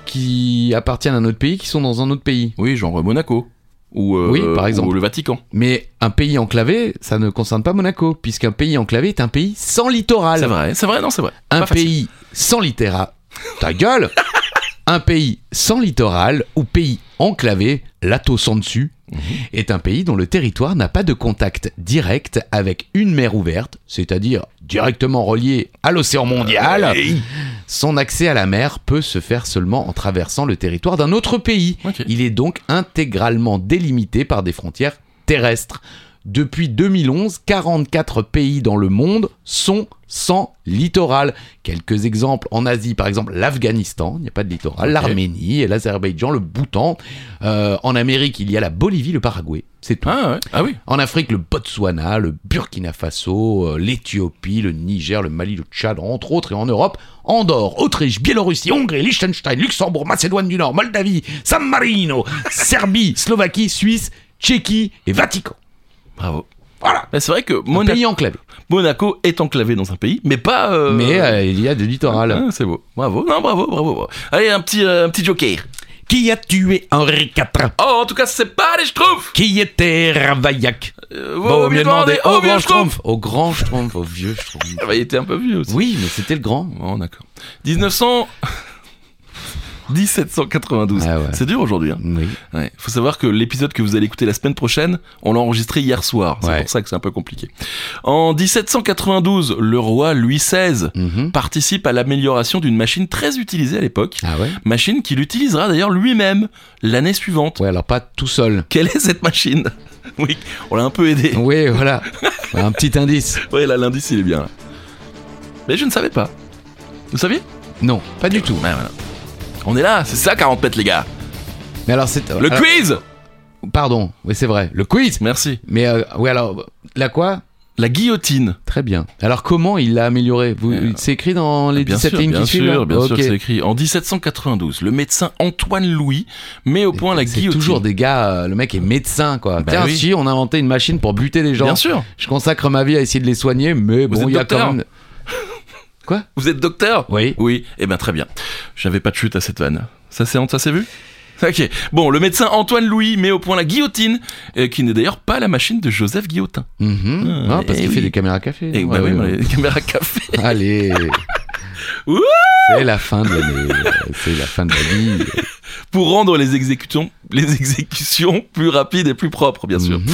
[SPEAKER 3] qui appartiennent à un autre pays, qui sont dans un autre pays.
[SPEAKER 1] Oui, genre euh, Monaco. Ou, euh,
[SPEAKER 3] Oui, par
[SPEAKER 1] ou
[SPEAKER 3] exemple.
[SPEAKER 1] le Vatican.
[SPEAKER 3] Mais un pays enclavé, ça ne concerne pas Monaco, puisqu'un pays enclavé est un pays sans
[SPEAKER 1] C'est
[SPEAKER 3] littoral.
[SPEAKER 1] vrai, c'est vrai, non, c'est vrai.
[SPEAKER 3] Un
[SPEAKER 1] Pas facile.
[SPEAKER 3] pays sans littéral. Ta gueule Un pays sans littoral ou pays enclavé, lato sans dessus,
[SPEAKER 1] Mhm.
[SPEAKER 3] est un pays dont le territoire n'a pas de contact direct avec une mer ouverte, c'est-à-dire directement relié à l'océan
[SPEAKER 1] Ah
[SPEAKER 3] mondial. Son accès à la mer peut se faire seulement en traversant le territoire d'un autre pays.
[SPEAKER 1] Ok.
[SPEAKER 3] Il est donc intégralement délimité par des frontières terrestres. Depuis 2011, 44 pays dans le monde sont sans littoral. Quelques exemples en Asie, par exemple l'Afghanistan, il n'y a pas de littoral, l'Arménie, l'Azerbaïdjan, le Bhoutan. Euh, en Amérique, il y a la Bolivie, le Paraguay. C'est tout.
[SPEAKER 1] Ah, ouais. ah oui.
[SPEAKER 3] En Afrique, le Botswana, le Burkina Faso, euh, l'Éthiopie, le Niger, le Mali, le Tchad, entre autres, et en Europe, Andorre, Autriche, Biélorussie, Hongrie, Liechtenstein, Luxembourg, Macédoine du Nord, Moldavie, San Marino, Serbie, Slovaquie, Suisse, Tchéquie et Vatican.
[SPEAKER 1] Bravo.
[SPEAKER 3] Voilà,
[SPEAKER 1] Bah, c'est vrai que
[SPEAKER 3] un
[SPEAKER 1] Mona-
[SPEAKER 3] pays enclavé.
[SPEAKER 1] Monaco est enclavé dans un pays, mais pas. euh,
[SPEAKER 3] Mais euh, il y a du littoral.
[SPEAKER 1] ah, c'est beau. Bravo. Non, bravo, bravo. bravo. Allez, un petit, euh, un petit joker.
[SPEAKER 3] Qui a tué Henri IV
[SPEAKER 1] Oh, en tout cas, c'est pas les Schtroumpfs.
[SPEAKER 3] Qui était Ravaillac
[SPEAKER 1] Euh,
[SPEAKER 3] Bon,
[SPEAKER 1] vaut mieux demander au vieux Schtroumpf.
[SPEAKER 3] Au grand Oh, Schtroumpf, au vieux Schtroumpf.
[SPEAKER 1] Ah bah, il était un peu vieux aussi.
[SPEAKER 3] Oui, mais c'était le grand.
[SPEAKER 1] Bon, d'accord. 1900. 1792.
[SPEAKER 3] Ah ouais.
[SPEAKER 1] C'est dur aujourd'hui. Hein.
[SPEAKER 3] Oui.
[SPEAKER 1] Ouais. Faut savoir que l'épisode que vous allez écouter la semaine prochaine, on l'a enregistré hier soir. C'est
[SPEAKER 3] Ouais.
[SPEAKER 1] pour ça que c'est un peu compliqué. En 1792, le roi Louis XVI
[SPEAKER 3] Mhm.
[SPEAKER 1] participe à l'amélioration d'une machine très utilisée à l'époque.
[SPEAKER 3] Ah ouais
[SPEAKER 1] Machine qu'il utilisera d'ailleurs lui-même l'année suivante.
[SPEAKER 3] Ouais, alors pas tout seul.
[SPEAKER 1] Quelle est cette machine Oui, on l'a un peu aidé.
[SPEAKER 3] Oui, voilà. Un petit indice.
[SPEAKER 1] Ouais, là, l'indice, il est bien. là. Mais je ne savais pas. Vous saviez
[SPEAKER 3] Non, pas du tout.
[SPEAKER 1] Ouais, voilà. On est là, c'est ça 40 mètres, les gars.
[SPEAKER 3] Mais alors c'est
[SPEAKER 1] Le
[SPEAKER 3] alors-
[SPEAKER 1] quiz
[SPEAKER 3] Pardon, oui c'est vrai. Le quiz.
[SPEAKER 1] Merci.
[SPEAKER 3] Mais euh, oui alors la quoi
[SPEAKER 1] La guillotine.
[SPEAKER 3] Très bien. Alors comment il l'a amélioré Vous,
[SPEAKER 1] Euh,
[SPEAKER 3] c'est écrit dans les
[SPEAKER 1] bien
[SPEAKER 3] 17
[SPEAKER 1] sûr,
[SPEAKER 3] lignes
[SPEAKER 1] bien
[SPEAKER 3] qui suivent.
[SPEAKER 1] sûr,
[SPEAKER 3] là
[SPEAKER 1] bien sûr
[SPEAKER 3] Ok.
[SPEAKER 1] que c'est écrit. En 1792, le médecin Antoine Louis met au point la
[SPEAKER 3] C'est
[SPEAKER 1] guillotine.
[SPEAKER 3] toujours des gars. euh, le mec est médecin quoi.
[SPEAKER 1] Bah
[SPEAKER 3] Tiens,
[SPEAKER 1] oui.
[SPEAKER 3] si on a inventé une machine pour buter les gens.
[SPEAKER 1] Bien sûr.
[SPEAKER 3] Je consacre ma vie à essayer de les soigner, mais
[SPEAKER 1] Vous
[SPEAKER 3] bon,
[SPEAKER 1] êtes
[SPEAKER 3] il y a
[SPEAKER 1] docteur
[SPEAKER 3] quand même.
[SPEAKER 1] Vous êtes docteur
[SPEAKER 3] Oui.
[SPEAKER 1] Oui, eh bien très bien. J'avais pas de chute à cette vanne. Ça c'est ça s'est vu Ok. Bon, le médecin Antoine Louis met au point la guillotine, euh, qui n'est d'ailleurs pas la machine de Joseph Guillotin.
[SPEAKER 3] Mhm.
[SPEAKER 1] Ah,
[SPEAKER 3] Ah, parce
[SPEAKER 1] eh
[SPEAKER 3] qu'il
[SPEAKER 1] oui.
[SPEAKER 3] fait des caméras café.
[SPEAKER 1] Et
[SPEAKER 3] non
[SPEAKER 1] bah
[SPEAKER 3] Ouais,
[SPEAKER 1] oui,
[SPEAKER 3] ouais,
[SPEAKER 1] dans les caméras café.
[SPEAKER 3] Allez.
[SPEAKER 1] Wouh
[SPEAKER 3] c'est la fin de l'année. C'est la fin de la vie.
[SPEAKER 1] Pour rendre les exécutions, les exécutions plus rapides et plus propres, bien sûr.
[SPEAKER 3] Mhm.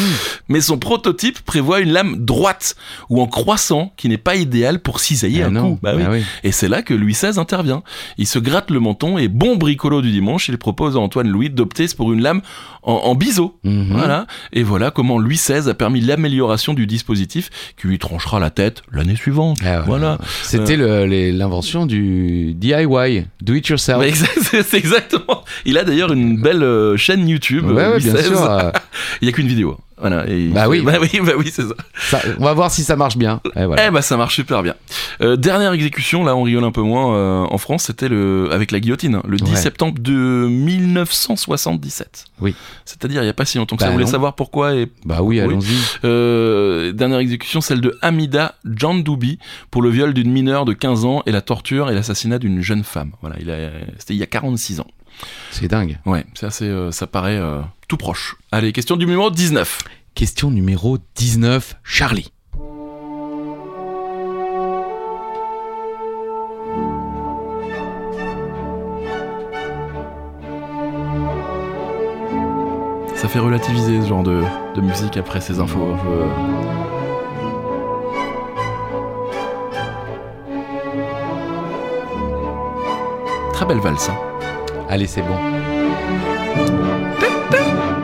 [SPEAKER 1] Mais son prototype prévoit une lame droite ou en croissant qui n'est pas idéale pour cisailler
[SPEAKER 3] Ah
[SPEAKER 1] un
[SPEAKER 3] non.
[SPEAKER 1] coup. Bah oui.
[SPEAKER 3] Ah oui.
[SPEAKER 1] Et c'est là que Louis XVI intervient. Il se gratte le menton et bon bricolo du dimanche, il propose à Antoine Louis d'opter pour une lame en, en biseau.
[SPEAKER 3] Mhm.
[SPEAKER 1] Voilà. Et voilà comment Louis XVI a permis l'amélioration du dispositif qui lui tranchera la tête l'année suivante.
[SPEAKER 3] Ah,
[SPEAKER 1] Voilà.
[SPEAKER 3] C'était le- les- l'invention du DIY, do it yourself.
[SPEAKER 1] Mais exa- c'est c'est exactement. Il a d'ailleurs une belle euh, chaîne YouTube.
[SPEAKER 3] Ouais,
[SPEAKER 1] euh,
[SPEAKER 3] ouais,
[SPEAKER 1] Louis
[SPEAKER 3] bien
[SPEAKER 1] XVI.
[SPEAKER 3] sûr. euh,
[SPEAKER 1] Il n'y a qu'une vidéo. Voilà. Et il
[SPEAKER 3] Bah
[SPEAKER 1] fait-
[SPEAKER 3] oui.
[SPEAKER 1] bah oui, bah oui, c'est ça.
[SPEAKER 3] ça- on va voir si ça marche bien. Et voilà.
[SPEAKER 1] Eh bah ça marche super bien. Euh, dernière exécution, là on rigole un peu moins euh, en France, c'était le avec la guillotine, hein, le 10
[SPEAKER 3] Ouais.
[SPEAKER 1] septembre de 1977.
[SPEAKER 3] Oui.
[SPEAKER 1] C'est-à-dire il n'y a pas si longtemps que ça.
[SPEAKER 3] Bah
[SPEAKER 1] Vous voulez
[SPEAKER 3] non.
[SPEAKER 1] savoir pourquoi et
[SPEAKER 3] Bah oui,
[SPEAKER 1] Oui.
[SPEAKER 3] allons-y.
[SPEAKER 1] euh, dernière exécution, celle de Hamida Jandoubi pour le viol d'une mineure de 15 ans et la torture et l'assassinat d'une jeune femme. Voilà, il a- c'était il y a 46 ans.
[SPEAKER 3] C'est dingue.
[SPEAKER 1] Ouais, c'est assez, euh, ça paraît euh, tout proche. Allez, question du numéro 19.
[SPEAKER 3] Question numéro 19, Charlie.
[SPEAKER 1] Ça fait relativiser ce genre de, de musique après ces infos un peu, euh. Très belle valse. hein.
[SPEAKER 3] Allez, c'est bon.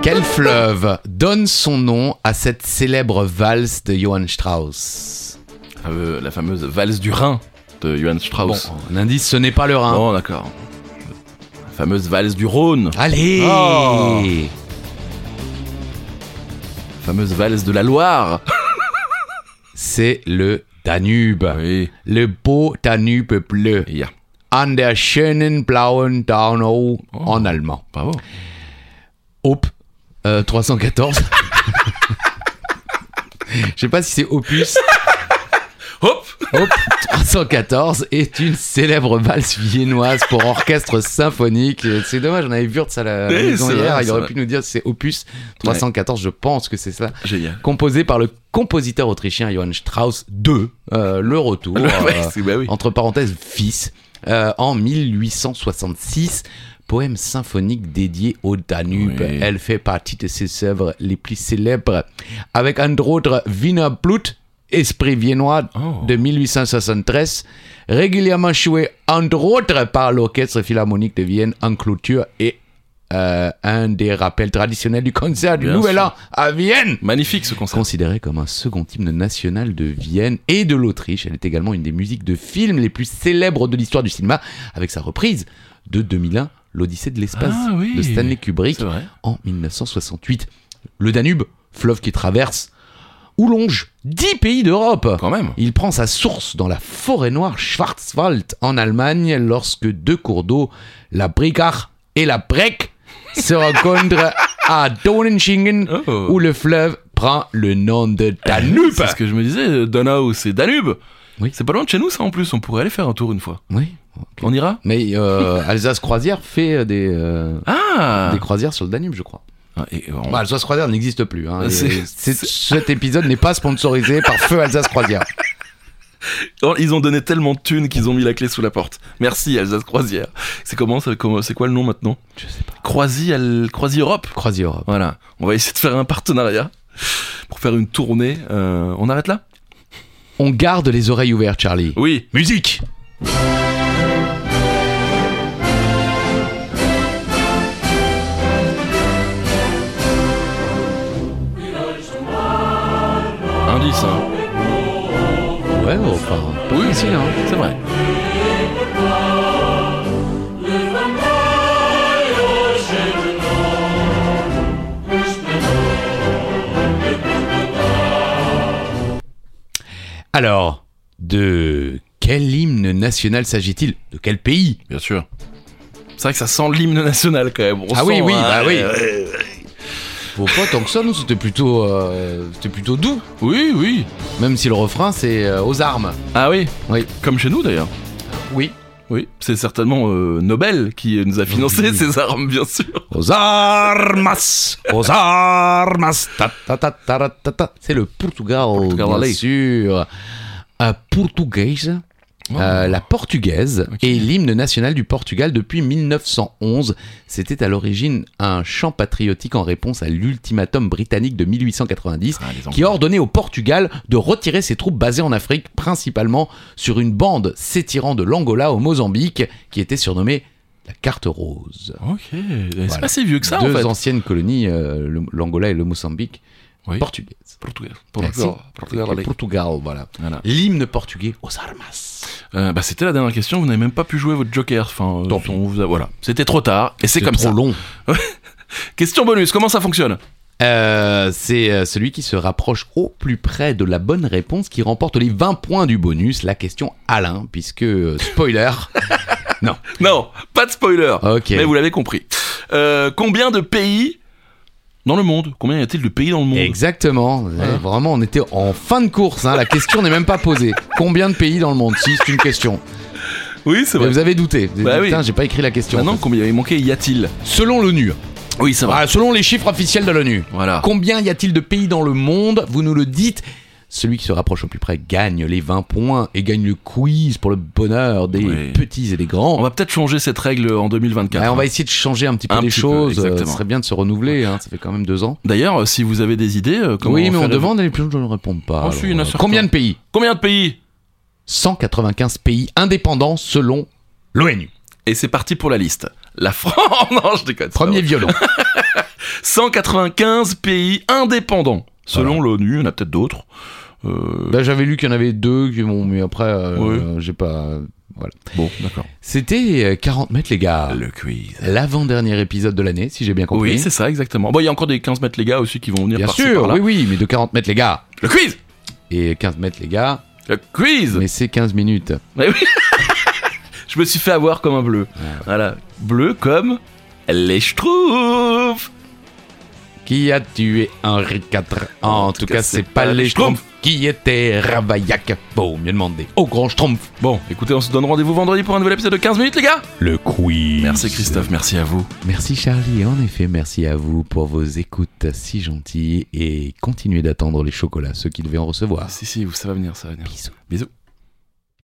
[SPEAKER 3] Quel fleuve donne son nom à cette célèbre valse de Johann Strauss
[SPEAKER 1] La fameux- la fameuse valse du Rhin de Johann
[SPEAKER 3] Bon,
[SPEAKER 1] Strauss. Oh.
[SPEAKER 3] un indice, ce n'est pas le Rhin.
[SPEAKER 1] Bon, d'accord. La fameuse valse du Rhône.
[SPEAKER 3] Allez
[SPEAKER 1] Oh. La fameuse valse de la Loire.
[SPEAKER 3] C'est le Danube.
[SPEAKER 1] Ah Oui.
[SPEAKER 3] Le beau Danube bleu.
[SPEAKER 1] Et, yeah.
[SPEAKER 3] An der schönen blauen Donau
[SPEAKER 1] Oh.
[SPEAKER 3] en allemand.
[SPEAKER 1] Bravo.
[SPEAKER 3] Op euh, 314. Je sais pas si c'est Opus.
[SPEAKER 1] Hop
[SPEAKER 3] Op 314 est une célèbre valse viennoise pour orchestre symphonique. C'est dommage, on avait Wurtz à la
[SPEAKER 1] Eh,
[SPEAKER 3] maison
[SPEAKER 1] c'est
[SPEAKER 3] hier.
[SPEAKER 1] vrai,
[SPEAKER 3] il
[SPEAKER 1] c'est
[SPEAKER 3] aurait
[SPEAKER 1] vrai.
[SPEAKER 3] pu nous dire si c'est Opus 314. Je pense que c'est ça.
[SPEAKER 1] Génial.
[SPEAKER 3] Composé par le compositeur autrichien Johann Strauss II. euh, le retour.
[SPEAKER 1] Ouais,
[SPEAKER 3] euh,
[SPEAKER 1] c'est- bah oui.
[SPEAKER 3] entre parenthèses fils, euh, en 1866, poème symphonique dédié au Danube.
[SPEAKER 1] Oui.
[SPEAKER 3] Elle fait partie de ses œuvres les plus célèbres, avec entre autres Wiener Blut, Esprit viennois
[SPEAKER 1] Oh.
[SPEAKER 3] de 1873, régulièrement joué entre autres par l'Orchestre Philharmonique de Vienne en clôture et euh, un des rappels traditionnels du concert du
[SPEAKER 1] Bien
[SPEAKER 3] Nouvel
[SPEAKER 1] sûr.
[SPEAKER 3] An à Vienne.
[SPEAKER 1] Magnifique ce concert.
[SPEAKER 3] Considérée comme un second hymne national de Vienne et de l'Autriche, elle est également une des musiques de films les plus célèbres de l'histoire du cinéma, avec sa reprise de 2001, l'Odyssée de l'espace
[SPEAKER 1] Ah oui.
[SPEAKER 3] de Stanley Kubrick
[SPEAKER 1] C'est vrai.
[SPEAKER 3] en 1968. Le Danube, fleuve qui traverse, où longe 10 pays d'Europe.
[SPEAKER 1] Quand même.
[SPEAKER 3] Il prend sa source dans la forêt noire Schwarzwald en Allemagne lorsque deux cours d'eau, la Brigach et la Breck, se rencontrent à Donenschingen
[SPEAKER 1] Oh.
[SPEAKER 3] où le fleuve prend le nom de Danube.
[SPEAKER 1] C'est ce que je me disais, euh, Donau, c'est Danube.
[SPEAKER 3] Oui.
[SPEAKER 1] C'est pas loin de chez nous, ça en plus. On pourrait aller faire un tour une fois.
[SPEAKER 3] Oui.
[SPEAKER 1] On ira
[SPEAKER 3] Mais euh, Alsace Croisière fait euh, des, euh,
[SPEAKER 1] Ah
[SPEAKER 3] des croisières sur le Danube, je crois.
[SPEAKER 1] Ah, et on-
[SPEAKER 3] Bah, Alsace Croisière n'existe plus. hein, et
[SPEAKER 1] C'est-
[SPEAKER 3] c'est- Cet épisode n'est pas sponsorisé par Feu Alsace Croisière.
[SPEAKER 1] Oh, Ils ont donné tellement de thunes qu'ils ont mis la clé sous la porte. Merci Alsace Croisière. C'est comment ça- comment- C'est quoi le nom maintenant
[SPEAKER 3] Je sais pas.
[SPEAKER 1] Croisi, Al- Croisi Europe.
[SPEAKER 3] Croisière Europe.
[SPEAKER 1] Voilà. On va essayer de faire un partenariat pour faire une tournée. Euh, on arrête là
[SPEAKER 3] On garde les oreilles ouvertes, Charlie.
[SPEAKER 1] Oui.
[SPEAKER 3] Musique
[SPEAKER 1] Indice. hein.
[SPEAKER 3] Ouais, enfin, pas
[SPEAKER 1] Oui.
[SPEAKER 3] facile, hein.
[SPEAKER 1] C'est vrai.
[SPEAKER 3] Alors, de quel hymne national s'agit-il De quel pays
[SPEAKER 1] Bien sûr. C'est vrai que ça sent l'hymne national quand même. On
[SPEAKER 3] Ah
[SPEAKER 1] sent,
[SPEAKER 3] oui, oui,
[SPEAKER 1] hein,
[SPEAKER 3] bah oui.
[SPEAKER 1] euh,
[SPEAKER 3] Bon, pas tant que ça, nous, c'était plutôt, euh, c'était plutôt doux.
[SPEAKER 1] oui, oui.
[SPEAKER 3] Même si le refrain, c'est euh, aux armes.
[SPEAKER 1] Ah oui
[SPEAKER 3] Oui.
[SPEAKER 1] Comme chez nous d'ailleurs.
[SPEAKER 3] Oui.
[SPEAKER 1] Oui, c'est certainement euh, Nobel qui nous a financé
[SPEAKER 3] Oui.
[SPEAKER 1] ces armes, bien sûr.
[SPEAKER 3] Aux armas Aux armas Ta, ta, ta, ta, ra, ta, ta. C'est le Portugal,
[SPEAKER 1] Portugal,
[SPEAKER 3] bien
[SPEAKER 1] allez.
[SPEAKER 3] sûr. Euh, portugaise, euh, la portugaise
[SPEAKER 1] Oh. Ok.
[SPEAKER 3] est l'hymne national du Portugal depuis 1911. C'était à l'origine un chant patriotique en réponse à l'ultimatum britannique de 1890
[SPEAKER 1] Ah, les
[SPEAKER 3] qui a ordonné au Portugal de retirer ses troupes basées en Afrique, principalement sur une bande s'étirant de l'Angola au Mozambique, qui était surnommée la Carte Rose.
[SPEAKER 1] Ok, Eh, c'est
[SPEAKER 3] Voilà.
[SPEAKER 1] pas si vieux que ça
[SPEAKER 3] Deux
[SPEAKER 1] en fait.
[SPEAKER 3] anciennes colonies, euh, le- l'Angola et le Mozambique,
[SPEAKER 1] Oui.
[SPEAKER 3] portugaises.
[SPEAKER 1] Portugais.
[SPEAKER 3] Merci.
[SPEAKER 1] Portugais. Portugais,
[SPEAKER 3] Avec le
[SPEAKER 1] allez.
[SPEAKER 3] Portugal, voilà.
[SPEAKER 1] Voilà.
[SPEAKER 3] L'hymne portugais aux armas.
[SPEAKER 1] Euh, bah, c'était la dernière question, vous n'avez même pas pu jouer votre joker. Enfin, euh,
[SPEAKER 3] Tant pis.
[SPEAKER 1] on vous a- voilà, c'était trop tard et c'est comme
[SPEAKER 3] trop
[SPEAKER 1] ça.
[SPEAKER 3] long.
[SPEAKER 1] Question bonus, comment ça fonctionne
[SPEAKER 3] Euh, c'est euh, celui qui se rapproche au plus près de la bonne réponse qui remporte les 20 points du bonus. La question Alain, puisque euh, spoiler.
[SPEAKER 1] Non, pas de spoiler,
[SPEAKER 3] Ok.
[SPEAKER 1] mais vous l'avez compris. Euh, combien de pays dans le monde Combien y a-t-il de pays dans le monde
[SPEAKER 3] Exactement. Ouais, vraiment, on était en fin de course. hein. La question n'est même pas posée. Combien de pays dans le monde Si, c'est une question.
[SPEAKER 1] Oui, c'est
[SPEAKER 3] Mais
[SPEAKER 1] vrai.
[SPEAKER 3] vous avez douté. Vous avez
[SPEAKER 1] Bah
[SPEAKER 3] dit,
[SPEAKER 1] oui. Bah
[SPEAKER 3] Putain, j'ai pas écrit la question.
[SPEAKER 1] Maintenant, combien il manquait Y a-t-il
[SPEAKER 3] Selon l'ONU,
[SPEAKER 1] Oui, c'est vrai.
[SPEAKER 3] Ah, selon les chiffres officiels de l'ONU,
[SPEAKER 1] Ah, Voilà.
[SPEAKER 3] combien y a-t-il de pays dans le monde Vous nous le dites. Celui qui se rapproche au plus près gagne les 20 points et gagne le quiz pour le bonheur des
[SPEAKER 1] Oui.
[SPEAKER 3] petits et des grands.
[SPEAKER 1] On va peut-être changer cette règle en 2024.
[SPEAKER 3] Ouais, Ah, on va essayer de changer un petit peu
[SPEAKER 1] Un
[SPEAKER 3] les
[SPEAKER 1] petit peu,
[SPEAKER 3] choses. Euh,
[SPEAKER 1] exactement.
[SPEAKER 3] Ce serait bien de se renouveler. hein, Ça fait quand même deux ans.
[SPEAKER 1] D'ailleurs, euh, si vous avez des idées, euh, comment
[SPEAKER 3] oui, mais on
[SPEAKER 1] faire-
[SPEAKER 3] demande et les gens ne répondent pas.
[SPEAKER 1] Oh, si, il y en a
[SPEAKER 3] euh,
[SPEAKER 1] certains.
[SPEAKER 3] combien de pays
[SPEAKER 1] Combien de pays
[SPEAKER 3] 195 pays indépendants selon l'ONU.
[SPEAKER 1] Et c'est parti pour la liste. La France, non, je déconne. c'est pas
[SPEAKER 3] Premier
[SPEAKER 1] vrai.
[SPEAKER 3] violent.
[SPEAKER 1] 195 pays indépendants. Selon l'ONU, il y en a peut-être d'autres. Euh,
[SPEAKER 3] Là, Ben, j'avais lu qu'il y en avait deux, qui m'ont- mais après, euh,
[SPEAKER 1] Oui.
[SPEAKER 3] j'ai pas. Voilà.
[SPEAKER 1] Bon, d'accord.
[SPEAKER 3] C'était euh, 40 mètres, les gars.
[SPEAKER 1] Le quiz.
[SPEAKER 3] L'avant-dernier épisode de l'année, si j'ai bien compris.
[SPEAKER 1] Oui, c'est ça, exactement. Bon, il y a encore des 15 mètres les gars aussi qui vont venir
[SPEAKER 3] bien
[SPEAKER 1] par-ci,
[SPEAKER 3] sûr.
[SPEAKER 1] par-là.
[SPEAKER 3] oui, oui, mais de 40 mètres, les gars.
[SPEAKER 1] Le quiz
[SPEAKER 3] Et 15 mètres, les gars.
[SPEAKER 1] Le quiz
[SPEAKER 3] Mais c'est 15 minutes.
[SPEAKER 1] Mais oui. Je me suis fait avoir comme un bleu. Voilà. Bleu comme les Schtroumpfs
[SPEAKER 3] Qui a tué Henri IV En, tout cas, c'est pas les
[SPEAKER 1] Schtroumpfs.
[SPEAKER 3] Schtroumpfs. Qui était Ravaillac Vaut mieux demander au grand Schtroumpf.
[SPEAKER 1] Bon, écoutez, on se donne rendez-vous vendredi pour un nouvel épisode de 15 minutes, les gars
[SPEAKER 3] Le quiz.
[SPEAKER 1] Merci Christophe, merci à vous.
[SPEAKER 3] Merci Charlie. En effet, merci à vous pour vos écoutes si gentilles et continuez d'attendre les chocolats, ceux qui devaient en recevoir.
[SPEAKER 1] Ah, Si, si, vous- ça va venir, ça va venir.
[SPEAKER 3] Bisous.
[SPEAKER 1] Bisous.